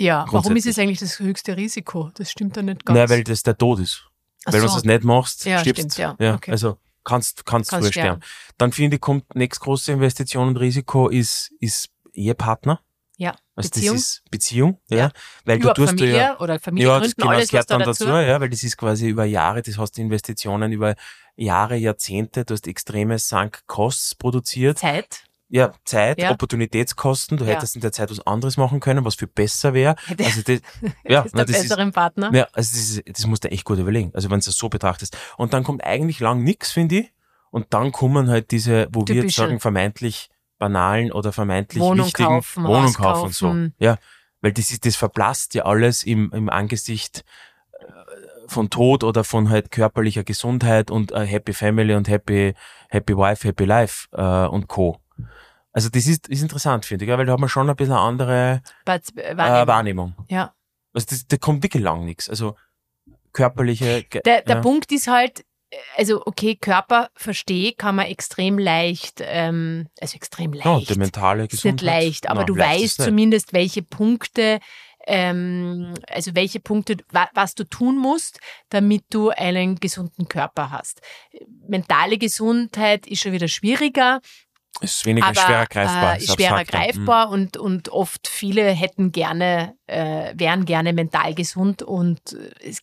[SPEAKER 1] ja, warum ist
[SPEAKER 2] grundsätzlich.
[SPEAKER 1] es eigentlich das höchste Risiko? Das stimmt doch nicht ganz.
[SPEAKER 2] Nein, weil das der Tod ist.
[SPEAKER 1] Ach
[SPEAKER 2] Weil
[SPEAKER 1] so.
[SPEAKER 2] wenn du das nicht machst,
[SPEAKER 1] Ja,
[SPEAKER 2] stirbst.
[SPEAKER 1] stimmt, ja. Okay.
[SPEAKER 2] Also kannst, kannst,
[SPEAKER 1] Kannst
[SPEAKER 2] früher sterben. Dann finde ich, kommt nächste große Investition und Risiko ist, ist Ehepartner.
[SPEAKER 1] ja,
[SPEAKER 2] Also
[SPEAKER 1] Beziehung,
[SPEAKER 2] das ist Beziehung, ja.
[SPEAKER 1] Ja.
[SPEAKER 2] Weil
[SPEAKER 1] überhaupt
[SPEAKER 2] du tust
[SPEAKER 1] Familie
[SPEAKER 2] du ja
[SPEAKER 1] oder Familie
[SPEAKER 2] das,
[SPEAKER 1] gründen,
[SPEAKER 2] genau,
[SPEAKER 1] alles,
[SPEAKER 2] das gehört
[SPEAKER 1] was da
[SPEAKER 2] dann
[SPEAKER 1] dazu.
[SPEAKER 2] dazu, ja, weil das ist quasi über Jahre, das hast du Investitionen über Jahre, Jahrzehnte, du hast extreme Sankkosts produziert.
[SPEAKER 1] Zeit.
[SPEAKER 2] Ja, Zeit,
[SPEAKER 1] Ja.
[SPEAKER 2] Opportunitätskosten, du
[SPEAKER 1] Ja.
[SPEAKER 2] hättest in der Zeit was anderes machen können, was viel besser wäre.
[SPEAKER 1] Hätte-
[SPEAKER 2] Also
[SPEAKER 1] (laughs)
[SPEAKER 2] das, ja,
[SPEAKER 1] ist
[SPEAKER 2] na,
[SPEAKER 1] der
[SPEAKER 2] das ist,
[SPEAKER 1] besseren Partner.
[SPEAKER 2] ja, also das, ist, das musst du echt gut überlegen, also wenn du es so betrachtest. Und dann kommt eigentlich lang nichts, finde ich. Und dann kommen halt diese, wo wir jetzt
[SPEAKER 1] Typische.
[SPEAKER 2] sagen, vermeintlich banalen oder vermeintlich
[SPEAKER 1] Wohnung
[SPEAKER 2] wichtigen
[SPEAKER 1] kaufen,
[SPEAKER 2] Wohnung
[SPEAKER 1] Haus
[SPEAKER 2] kaufen und so.
[SPEAKER 1] kaufen.
[SPEAKER 2] Ja, weil das ist, das verblasst ja alles im, im Angesicht äh, von Tod oder von halt körperlicher Gesundheit und äh, Happy Family und Happy, Happy Wife, Happy Life äh, und Co. Also das ist, ist interessant, finde ich, ja, weil da hat man schon ein bisschen eine andere
[SPEAKER 1] But,
[SPEAKER 2] Wahrnehmung. Äh,
[SPEAKER 1] äh, wahrnehmen.
[SPEAKER 2] Wahrnehmung.
[SPEAKER 1] ja.
[SPEAKER 2] Also das, da kommt wirklich lang nichts. Also körperliche... Ge-
[SPEAKER 1] Der, der
[SPEAKER 2] ja.
[SPEAKER 1] Punkt ist halt, äh, also okay, Körper verstehe, kann man extrem leicht, ähm, also extrem leicht.
[SPEAKER 2] Ja, die mentale
[SPEAKER 1] ist nicht
[SPEAKER 2] Gesundheit.
[SPEAKER 1] leicht, aber
[SPEAKER 2] Nein,
[SPEAKER 1] du
[SPEAKER 2] leicht
[SPEAKER 1] weißt
[SPEAKER 2] ist nicht.
[SPEAKER 1] zumindest, welche Punkte, ähm, also welche Punkte, wa was du tun musst, damit du einen gesunden Körper hast. Mentale Gesundheit ist schon wieder schwieriger,
[SPEAKER 2] Ist weniger
[SPEAKER 1] aber
[SPEAKER 2] schwerer greifbar.
[SPEAKER 1] äh,
[SPEAKER 2] ist
[SPEAKER 1] ist schwerer
[SPEAKER 2] abstrakter. Mhm.
[SPEAKER 1] greifbar und, und oft viele hätten gerne, äh, wären gerne mental gesund und äh, es,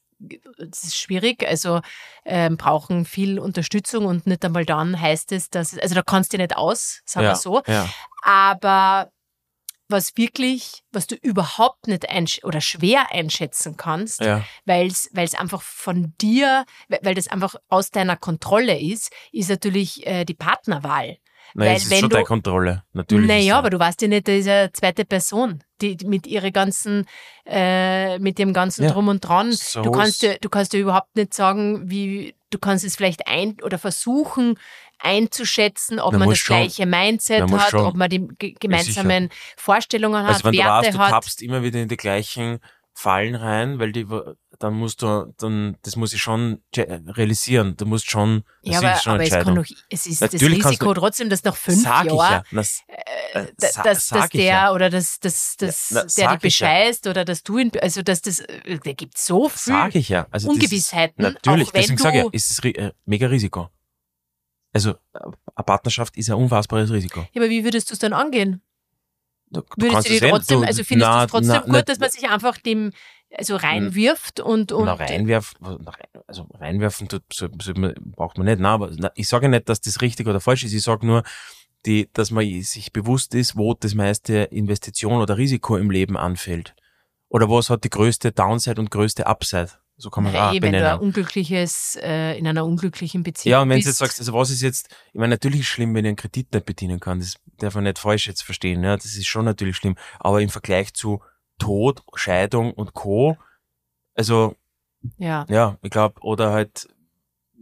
[SPEAKER 1] es ist schwierig, also ähm, brauchen viel Unterstützung und nicht einmal dann heißt es, dass, also da kannst du nicht aus, sagen wir
[SPEAKER 2] ja,
[SPEAKER 1] so,
[SPEAKER 2] Ja.
[SPEAKER 1] aber was wirklich, was du überhaupt nicht einsch oder schwer einschätzen kannst,
[SPEAKER 2] Ja.
[SPEAKER 1] weil es einfach von dir, weil weil das einfach aus deiner Kontrolle ist, ist natürlich äh, die Partnerwahl.
[SPEAKER 2] Naja,
[SPEAKER 1] Weil
[SPEAKER 2] es ist
[SPEAKER 1] wenn
[SPEAKER 2] schon
[SPEAKER 1] du-
[SPEAKER 2] deine Kontrolle. Natürlich. ist
[SPEAKER 1] naja,
[SPEAKER 2] es-
[SPEAKER 1] aber du weißt ja nicht, da ist eine zweite Person, die die mit ihrer ganzen, äh, mit dem ganzen
[SPEAKER 2] Ja.
[SPEAKER 1] Drum und Dran.
[SPEAKER 2] So
[SPEAKER 1] du kannst
[SPEAKER 2] ist-
[SPEAKER 1] ja, du kannst ja überhaupt nicht sagen, wie, du kannst es vielleicht ein oder versuchen einzuschätzen, ob
[SPEAKER 2] Na,
[SPEAKER 1] man
[SPEAKER 2] muss
[SPEAKER 1] das
[SPEAKER 2] schon.
[SPEAKER 1] gleiche
[SPEAKER 2] Na,
[SPEAKER 1] Mindset
[SPEAKER 2] muss
[SPEAKER 1] hat,
[SPEAKER 2] schon.
[SPEAKER 1] ob man die ge- gemeinsamen Vorstellungen hat,
[SPEAKER 2] also wenn du
[SPEAKER 1] Werte
[SPEAKER 2] warst, du
[SPEAKER 1] hat.
[SPEAKER 2] tappst immer wieder in die gleichen Fallen rein, weil die, dann musst du, dann, das muss ich schon che- realisieren. Du musst schon, das
[SPEAKER 1] ja,
[SPEAKER 2] ist
[SPEAKER 1] aber,
[SPEAKER 2] schon
[SPEAKER 1] aber es kann
[SPEAKER 2] Entscheidung.
[SPEAKER 1] doch, es ist
[SPEAKER 2] Natürlich
[SPEAKER 1] das
[SPEAKER 2] kannst du-
[SPEAKER 1] Risiko trotzdem, dass nach fünf
[SPEAKER 2] sag ich ja.
[SPEAKER 1] Jahren
[SPEAKER 2] Na, s-
[SPEAKER 1] äh,
[SPEAKER 2] Äh,
[SPEAKER 1] dass,
[SPEAKER 2] sa-
[SPEAKER 1] dass,
[SPEAKER 2] sag
[SPEAKER 1] dass
[SPEAKER 2] ich
[SPEAKER 1] der
[SPEAKER 2] ja.
[SPEAKER 1] oder dass, dass, dass
[SPEAKER 2] na,
[SPEAKER 1] der dich
[SPEAKER 2] sag ich ja.
[SPEAKER 1] bescheißt oder dass du ihn, also dass das, äh, da gibt so viel
[SPEAKER 2] sag ich ja. Also das ist-
[SPEAKER 1] Ungewissheiten,
[SPEAKER 2] Natürlich,
[SPEAKER 1] Hm. auch wenn
[SPEAKER 2] deswegen
[SPEAKER 1] du-
[SPEAKER 2] sage ich ja, ist es ri- äh, mega Risiko. Also, äh, eine Partnerschaft ist ein unfassbares Risiko.
[SPEAKER 1] Ja, aber wie würdest du es dann angehen?
[SPEAKER 2] Du, du
[SPEAKER 1] Würdest
[SPEAKER 2] kannst
[SPEAKER 1] du
[SPEAKER 2] es
[SPEAKER 1] dir
[SPEAKER 2] eh-
[SPEAKER 1] trotzdem,
[SPEAKER 2] du-
[SPEAKER 1] also findest
[SPEAKER 2] na,
[SPEAKER 1] du es trotzdem
[SPEAKER 2] na,
[SPEAKER 1] gut,
[SPEAKER 2] na, Hm.
[SPEAKER 1] dass man sich einfach dem also reinwirft und, und
[SPEAKER 2] Na, reinwerf, na, rein- also reinwerfen tut, so, so, braucht man nicht. Nein, aber na, ich sage ja nicht, dass das richtig oder falsch ist. Ich sage nur, die, dass man sich bewusst ist, wo das meiste Investition oder Risiko im Leben anfällt. Oder wo es hat die größte Downside und größte Upside. So kann man es
[SPEAKER 1] Naja,
[SPEAKER 2] auch
[SPEAKER 1] eh, wenn du ein
[SPEAKER 2] benennen.
[SPEAKER 1] unglückliches, äh, in einer unglücklichen Beziehung
[SPEAKER 2] Ja, und wenn du
[SPEAKER 1] bist.
[SPEAKER 2] jetzt sagst, also was ist jetzt, ich meine, natürlich ist schlimm, wenn ich einen Kredit nicht bedienen kann, das darf man nicht falsch jetzt verstehen, ja, das ist schon natürlich schlimm, aber im Vergleich zu Tod, Scheidung und Co., also
[SPEAKER 1] ja.
[SPEAKER 2] ja, ich glaube, oder halt,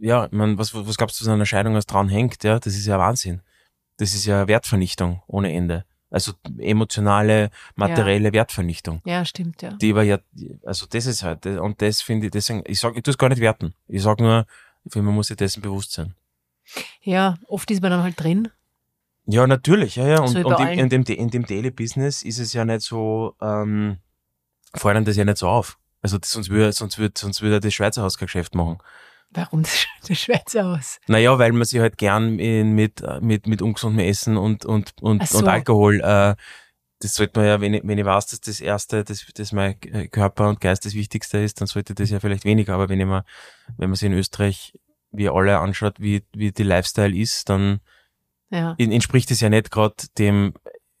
[SPEAKER 2] ja, ich mein, was, was glaubst du, was an einer Scheidung als dran hängt? Ja, das ist ja Wahnsinn. Das ist ja Wertvernichtung ohne Ende. Also emotionale, materielle Wertvernichtung.
[SPEAKER 1] ja, stimmt, ja.
[SPEAKER 2] Die war ja, also das ist halt, und das finde ich, deswegen, ich sag ich tue es gar nicht werten. Ich sag nur, ich finde, man muss sich dessen bewusst sein.
[SPEAKER 1] Ja, oft ist man dann halt drin.
[SPEAKER 2] Ja, natürlich, ja, ja. Und,
[SPEAKER 1] So wie bei
[SPEAKER 2] und in,
[SPEAKER 1] allen.
[SPEAKER 2] in, dem, in dem Daily Business ist es ja nicht so, ähm, fallen einem das ja nicht so auf. Also das, sonst würde sonst würde sonst würde er das Schweizer Hausgeschäft machen.
[SPEAKER 1] Warum (laughs) das, das Schweizer Haus?
[SPEAKER 2] Naja, weil man sich halt gern in, mit, mit, mit ungesundem Essen und, und, und,
[SPEAKER 1] Ach so.
[SPEAKER 2] und Alkohol, äh, das sollte man ja, wenn ich, wenn ich weiß, dass das Erste, dass, dass mein äh, Körper und Geist das Wichtigste ist, dann sollte das ja vielleicht weniger. Aber wenn ich mal, wenn man sich in Österreich wie alle anschaut, wie, wie die Lifestyle ist, dann
[SPEAKER 1] Ja.
[SPEAKER 2] en- entspricht es ja nicht gerade dem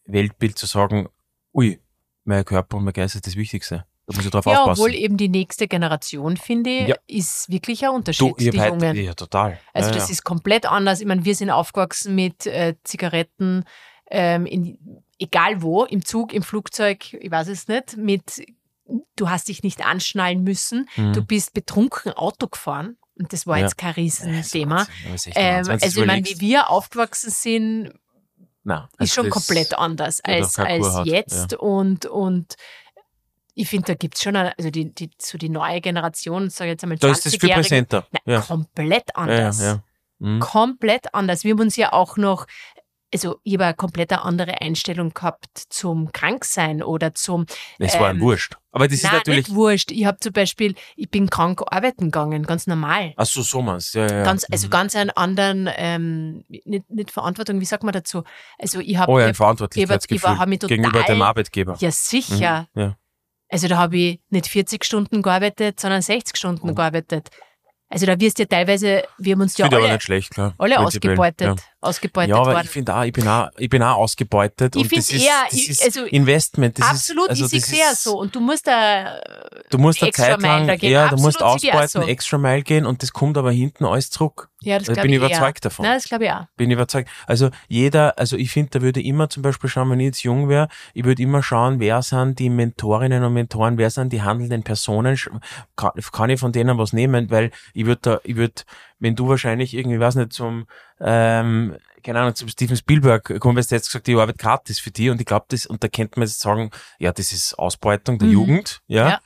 [SPEAKER 2] Weltbild zu sagen, ui, mein Körper und mein Geist ist das Wichtigste. Da muss ich drauf
[SPEAKER 1] Ja, obwohl
[SPEAKER 2] aufpassen.
[SPEAKER 1] eben die nächste Generation, finde ich,
[SPEAKER 2] Ja.
[SPEAKER 1] ist wirklich ein Unterschied,
[SPEAKER 2] Du,
[SPEAKER 1] die
[SPEAKER 2] ihr habt-
[SPEAKER 1] Jungen.
[SPEAKER 2] ja, total.
[SPEAKER 1] Also
[SPEAKER 2] ja,
[SPEAKER 1] das
[SPEAKER 2] ja.
[SPEAKER 1] ist komplett anders. Ich meine, wir sind aufgewachsen mit äh, Zigaretten, ähm, in, egal wo, im Zug, im Flugzeug, ich weiß es nicht, mit du hast dich nicht anschnallen müssen,
[SPEAKER 2] Mhm.
[SPEAKER 1] du bist betrunken Auto gefahren. Und das war
[SPEAKER 2] Ja.
[SPEAKER 1] jetzt kein Riesenthema.
[SPEAKER 2] Wahnsinn, aber es ist echt
[SPEAKER 1] Ähm,
[SPEAKER 2] Wahnsinn. Wenn du das
[SPEAKER 1] also ich meine,
[SPEAKER 2] überlegst-
[SPEAKER 1] wie wir aufgewachsen sind,
[SPEAKER 2] Nein,
[SPEAKER 1] ist
[SPEAKER 2] also
[SPEAKER 1] schon
[SPEAKER 2] das-
[SPEAKER 1] komplett anders
[SPEAKER 2] ja, doch,
[SPEAKER 1] als,
[SPEAKER 2] keine Kur
[SPEAKER 1] als
[SPEAKER 2] hat,
[SPEAKER 1] jetzt. Und, und ich finde, da gibt es schon, eine, also die, die, so die neue Generation, sage ich jetzt einmal,
[SPEAKER 2] Da ist das viel
[SPEAKER 1] 20-Jährige,
[SPEAKER 2] präsenter.
[SPEAKER 1] na,
[SPEAKER 2] Ja.
[SPEAKER 1] komplett
[SPEAKER 2] Ja, ja,
[SPEAKER 1] anders
[SPEAKER 2] ja. Mhm.
[SPEAKER 1] komplett anders. Wir haben uns ja auch noch, also ich habe eine komplett andere Einstellung gehabt zum Kranksein oder zum
[SPEAKER 2] Es war ein
[SPEAKER 1] ähm,
[SPEAKER 2] Wurscht. Aber das
[SPEAKER 1] Nein,
[SPEAKER 2] ist natürlich.
[SPEAKER 1] nicht wurscht. Ich habe zum Beispiel, ich bin krank arbeiten gegangen, ganz normal.
[SPEAKER 2] Ach so, so meinst du. Ja, ja, ja.
[SPEAKER 1] Ganz, also
[SPEAKER 2] Mhm.
[SPEAKER 1] ganz einen anderen, ähm, nicht, nicht Verantwortung, wie sagt man dazu? Also ich habe,
[SPEAKER 2] oh ja, ein
[SPEAKER 1] ich hab- ich war-
[SPEAKER 2] Verantwortlichkeitsgefühl
[SPEAKER 1] hab mich total-
[SPEAKER 2] gegenüber dem Arbeitgeber.
[SPEAKER 1] ja
[SPEAKER 2] Mhm.
[SPEAKER 1] sicher,
[SPEAKER 2] ja.
[SPEAKER 1] also da habe ich nicht 40 Stunden gearbeitet, sondern 60 Stunden
[SPEAKER 2] Mhm.
[SPEAKER 1] gearbeitet. Also da wirst du ja teilweise, wir haben uns
[SPEAKER 2] Ja,
[SPEAKER 1] ja
[SPEAKER 2] aber
[SPEAKER 1] alle,
[SPEAKER 2] nicht schlecht, klar.
[SPEAKER 1] alle
[SPEAKER 2] Prinzipiell,
[SPEAKER 1] ausgebeutet. ausgebeutet
[SPEAKER 2] ja, aber
[SPEAKER 1] worden.
[SPEAKER 2] ich finde auch, ich bin auch, ich bin auch ausgebeutet.
[SPEAKER 1] Ich
[SPEAKER 2] und das
[SPEAKER 1] find
[SPEAKER 2] ist,
[SPEAKER 1] eher,
[SPEAKER 2] das
[SPEAKER 1] ich-
[SPEAKER 2] ist
[SPEAKER 1] also
[SPEAKER 2] Investment. Das
[SPEAKER 1] absolut,
[SPEAKER 2] ist, also
[SPEAKER 1] ich sehe
[SPEAKER 2] das
[SPEAKER 1] sehr
[SPEAKER 2] ist-
[SPEAKER 1] so. Und du musst da,
[SPEAKER 2] Du musst eine
[SPEAKER 1] extra
[SPEAKER 2] Zeit
[SPEAKER 1] Mile
[SPEAKER 2] lang,
[SPEAKER 1] da gehen.
[SPEAKER 2] ja, du musst
[SPEAKER 1] Absolut, sehe ich auch
[SPEAKER 2] ausbeuten,
[SPEAKER 1] so.
[SPEAKER 2] extra Mile gehen und das kommt aber hinten alles zurück.
[SPEAKER 1] ja, das
[SPEAKER 2] Also Ich
[SPEAKER 1] glaube
[SPEAKER 2] bin
[SPEAKER 1] ich
[SPEAKER 2] überzeugt
[SPEAKER 1] eher.
[SPEAKER 2] davon.
[SPEAKER 1] Nein, das glaube ich auch.
[SPEAKER 2] Bin überzeugt. Also jeder, also ich finde, da würde ich immer zum Beispiel schauen, wenn ich jetzt jung wäre, ich würde immer schauen, wer sind die Mentorinnen und Mentoren, wer sind die handelnden Personen, Sch- kann, kann ich von denen was nehmen, weil ich würde da, ich würde, wenn du wahrscheinlich irgendwie, weiß nicht, zum, ähm, keine Ahnung, zum Steven Spielberg kommen, weil du jetzt gesagt, ich arbeite gratis für die und ich glaube das, und da könnte man jetzt sagen, ja, das ist Ausbeutung der
[SPEAKER 1] Mhm.
[SPEAKER 2] Jugend, ja.
[SPEAKER 1] Ja.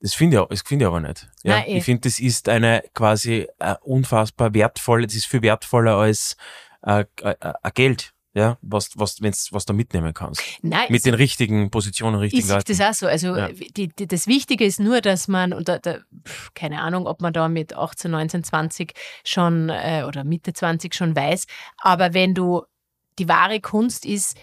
[SPEAKER 2] Das finde ich, au- das finde ich aber nicht. Ja,
[SPEAKER 1] Nein, eh.
[SPEAKER 2] ich finde, das ist eine quasi äh, unfassbar wertvolle, das ist viel wertvoller als äh, äh, äh, Geld, ja, was, was, wenn's, was du mitnehmen kannst.
[SPEAKER 1] Nein,
[SPEAKER 2] Mit den richtigen Positionen,
[SPEAKER 1] Ich
[SPEAKER 2] richtigen
[SPEAKER 1] sehe
[SPEAKER 2] Leuten.
[SPEAKER 1] das auch so. Also
[SPEAKER 2] Ja.
[SPEAKER 1] die, die, das Wichtige ist nur, dass man, und da, da, pf, keine Ahnung, ob man da mit 18, 19, 20 schon äh, oder Mitte 20 schon weiß, aber wenn du die wahre Kunst ist,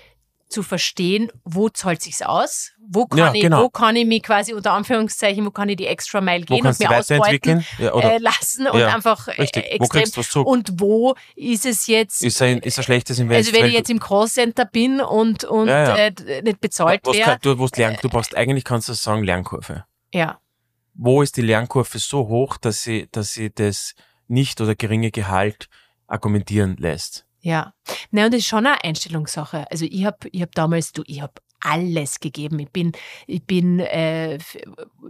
[SPEAKER 1] zu verstehen, wo zahlt sich's aus, wo kann,
[SPEAKER 2] Ja,
[SPEAKER 1] ich,
[SPEAKER 2] genau.
[SPEAKER 1] wo kann ich mich quasi unter Anführungszeichen, wo kann ich die extra Mile
[SPEAKER 2] Wo
[SPEAKER 1] gehen und
[SPEAKER 2] kannst du
[SPEAKER 1] mir
[SPEAKER 2] dich
[SPEAKER 1] eh ausbeuten
[SPEAKER 2] weiterentwickeln? Ja, oder,
[SPEAKER 1] äh, lassen und
[SPEAKER 2] Ja,
[SPEAKER 1] einfach äh,
[SPEAKER 2] richtig. Wo
[SPEAKER 1] extrem.
[SPEAKER 2] kriegst du was zurück?
[SPEAKER 1] Und wo ist es jetzt
[SPEAKER 2] ist, ein, ist ein schlechtes Invest.
[SPEAKER 1] also wenn
[SPEAKER 2] weil
[SPEAKER 1] ich jetzt im Callcenter bin und, und
[SPEAKER 2] Ja, ja.
[SPEAKER 1] Äh, d- nicht bezahlt
[SPEAKER 2] du, was,
[SPEAKER 1] werde,
[SPEAKER 2] kann- du, was
[SPEAKER 1] äh,
[SPEAKER 2] lernen, du brauchst, eigentlich kannst du sagen, Lernkurve.
[SPEAKER 1] ja,
[SPEAKER 2] Wo ist die Lernkurve so hoch, dass sie, dass sie das nicht oder geringe Gehalt argumentieren lässt?
[SPEAKER 1] ja. Na, und das ist schon eine Einstellungssache. Also ich habe ich hab damals, du, ich habe alles gegeben. Ich bin, ich bin äh, f-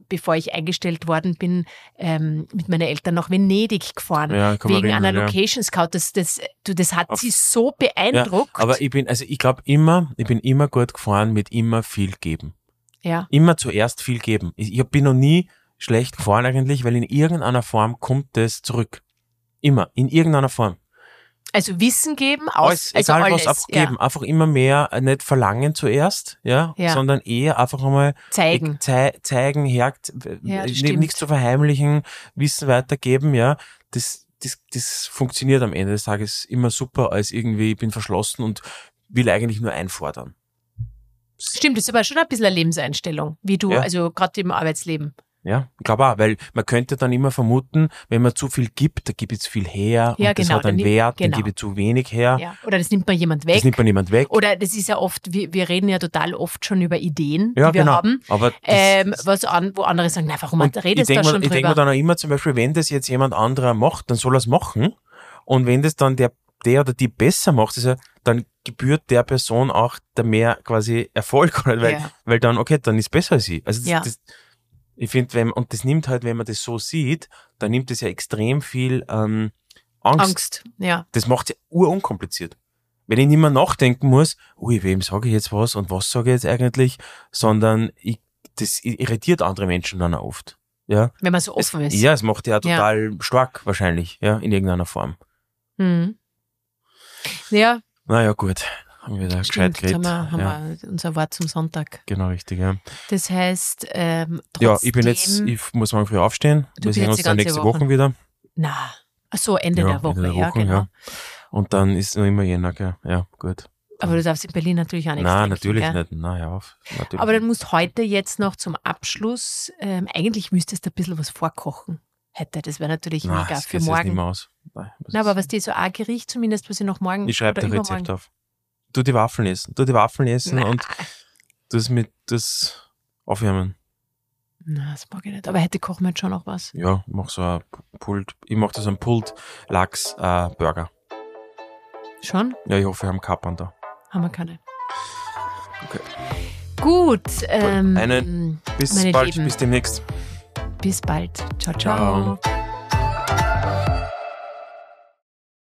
[SPEAKER 1] bevor ich eingestellt worden bin, ähm, mit meinen Eltern nach Venedig gefahren.
[SPEAKER 2] Ja, kann man
[SPEAKER 1] wegen einer
[SPEAKER 2] erinnern, ja.
[SPEAKER 1] Location Scout. Das, das, du, das hat
[SPEAKER 2] Auf-
[SPEAKER 1] sie so beeindruckt. Ja,
[SPEAKER 2] Aber ich bin, also ich glaube immer, ich bin immer gut gefahren mit immer viel geben.
[SPEAKER 1] ja.
[SPEAKER 2] Immer zuerst viel geben. Ich, ich bin noch nie schlecht gefahren eigentlich, weil in irgendeiner Form kommt das zurück. Immer, in irgendeiner Form.
[SPEAKER 1] Also Wissen geben, aus,
[SPEAKER 2] alles,
[SPEAKER 1] also
[SPEAKER 2] egal
[SPEAKER 1] alles.
[SPEAKER 2] was abgeben, einfach immer mehr, äh, nicht verlangen zuerst, ja,
[SPEAKER 1] Ja.
[SPEAKER 2] sondern eher einfach einmal
[SPEAKER 1] Ja, zeigen.
[SPEAKER 2] Zei zeigen, her,
[SPEAKER 1] Ja, das stimmt.
[SPEAKER 2] nichts zu verheimlichen, Wissen weitergeben, ja. Das, das, das funktioniert am Ende des Tages immer super, als irgendwie, ich bin verschlossen und will eigentlich nur einfordern.
[SPEAKER 1] Stimmt, das ist aber schon ein bisschen eine Lebenseinstellung, wie du,
[SPEAKER 2] Ja.
[SPEAKER 1] also gerade im Arbeitsleben.
[SPEAKER 2] Ja, ich glaube auch, weil man könnte dann immer vermuten, wenn man zu viel gibt, da gibt es viel her
[SPEAKER 1] Ja,
[SPEAKER 2] und das
[SPEAKER 1] genau,
[SPEAKER 2] hat einen
[SPEAKER 1] dann-
[SPEAKER 2] Wert,
[SPEAKER 1] genau.
[SPEAKER 2] dann gebe ich zu wenig her,
[SPEAKER 1] Ja. Oder das nimmt mal jemand weg.
[SPEAKER 2] das nimmt man niemand weg.
[SPEAKER 1] Oder das ist ja oft, wir, wir reden ja total oft schon über Ideen,
[SPEAKER 2] ja,
[SPEAKER 1] die wir
[SPEAKER 2] genau.
[SPEAKER 1] haben,
[SPEAKER 2] Aber das,
[SPEAKER 1] ähm, was an, wo andere sagen, na, warum
[SPEAKER 2] Und
[SPEAKER 1] redest du
[SPEAKER 2] ich
[SPEAKER 1] da
[SPEAKER 2] denk
[SPEAKER 1] schon
[SPEAKER 2] mir, Ich denke mir
[SPEAKER 1] drüber?
[SPEAKER 2] dann auch immer zum Beispiel, wenn das jetzt jemand anderer macht, dann soll er es machen. Und wenn das dann der, der oder die besser macht, ist ja, dann gebührt der Person auch der mehr quasi Erfolg, (laughs) oder? Weil,
[SPEAKER 1] Ja.
[SPEAKER 2] weil dann, okay, dann ist besser als ich. Also das,
[SPEAKER 1] Ja.
[SPEAKER 2] das, ich finde, wenn, und das nimmt halt, wenn man das so sieht, dann nimmt das ja extrem viel ähm, Angst.
[SPEAKER 1] Angst, ja.
[SPEAKER 2] Das macht ja urunkompliziert. Wenn ich nicht mehr nachdenken muss, ui, wem sage ich jetzt was und was sage ich jetzt eigentlich, sondern ich, das irritiert andere Menschen dann auch oft. Ja.
[SPEAKER 1] Wenn man so
[SPEAKER 2] Es-
[SPEAKER 1] offen ist.
[SPEAKER 2] Ja, es macht ja
[SPEAKER 1] Ja.
[SPEAKER 2] total stark wahrscheinlich, ja, in irgendeiner Form.
[SPEAKER 1] Mhm. Ja,
[SPEAKER 2] Naja, gut. Haben wir da
[SPEAKER 1] stimmt.
[SPEAKER 2] gescheit
[SPEAKER 1] Jetzt haben
[SPEAKER 2] geredet.
[SPEAKER 1] wir, haben
[SPEAKER 2] ja,
[SPEAKER 1] wir unser Wort zum Sonntag.
[SPEAKER 2] genau, richtig, ja.
[SPEAKER 1] Das heißt, ähm, trotzdem,
[SPEAKER 2] Ja, ich bin jetzt, ich muss morgen früh aufstehen.
[SPEAKER 1] Du
[SPEAKER 2] wir
[SPEAKER 1] bist
[SPEAKER 2] sehen
[SPEAKER 1] jetzt
[SPEAKER 2] uns
[SPEAKER 1] die
[SPEAKER 2] dann
[SPEAKER 1] ganze
[SPEAKER 2] nächste
[SPEAKER 1] Woche.
[SPEAKER 2] Woche wieder.
[SPEAKER 1] na, ach so, Ende
[SPEAKER 2] ja,
[SPEAKER 1] der Woche,
[SPEAKER 2] Ende
[SPEAKER 1] ja, genau.
[SPEAKER 2] Und dann ist noch immer jener, gell. Ja, gut.
[SPEAKER 1] Aber du darfst in Berlin natürlich auch nichts
[SPEAKER 2] Nein,
[SPEAKER 1] trinken,
[SPEAKER 2] natürlich
[SPEAKER 1] gell?
[SPEAKER 2] nicht. Nein, ja, auf. Natürlich.
[SPEAKER 1] Aber dann
[SPEAKER 2] nicht.
[SPEAKER 1] musst heute jetzt noch zum Abschluss, ähm, eigentlich müsstest du ein bisschen was vorkochen. Hätte, das wäre natürlich
[SPEAKER 2] Nein,
[SPEAKER 1] mega
[SPEAKER 2] das
[SPEAKER 1] für
[SPEAKER 2] geht jetzt nicht
[SPEAKER 1] morgen.
[SPEAKER 2] mehr aus. Nein, was
[SPEAKER 1] Na,
[SPEAKER 2] ist-
[SPEAKER 1] aber was dir so ein Gericht zumindest, was ich noch morgen
[SPEAKER 2] ich schreibe
[SPEAKER 1] oder
[SPEAKER 2] dir ein Rezept
[SPEAKER 1] übermorgen-
[SPEAKER 2] auf. Du die Waffeln essen. Du die
[SPEAKER 1] (laughs)
[SPEAKER 2] Waffeln essen
[SPEAKER 1] Nein.
[SPEAKER 2] und das mit das aufwärmen.
[SPEAKER 1] Na, das mag ich nicht. Aber hätte kochen wir jetzt schon noch was.
[SPEAKER 2] Ja, ich mach so ein Pult, ich mach da so ein Pult Lachs äh, Burger.
[SPEAKER 1] Schon?
[SPEAKER 2] Ja, ich hoffe, wir haben Kappern da.
[SPEAKER 1] Haben wir keine.
[SPEAKER 2] Okay.
[SPEAKER 1] Gut. Ähm,
[SPEAKER 2] Einen- Bis
[SPEAKER 1] Meine
[SPEAKER 2] bald,
[SPEAKER 1] Lieben.
[SPEAKER 2] bis demnächst.
[SPEAKER 1] Bis bald. ciao. ciao.
[SPEAKER 2] Ciao.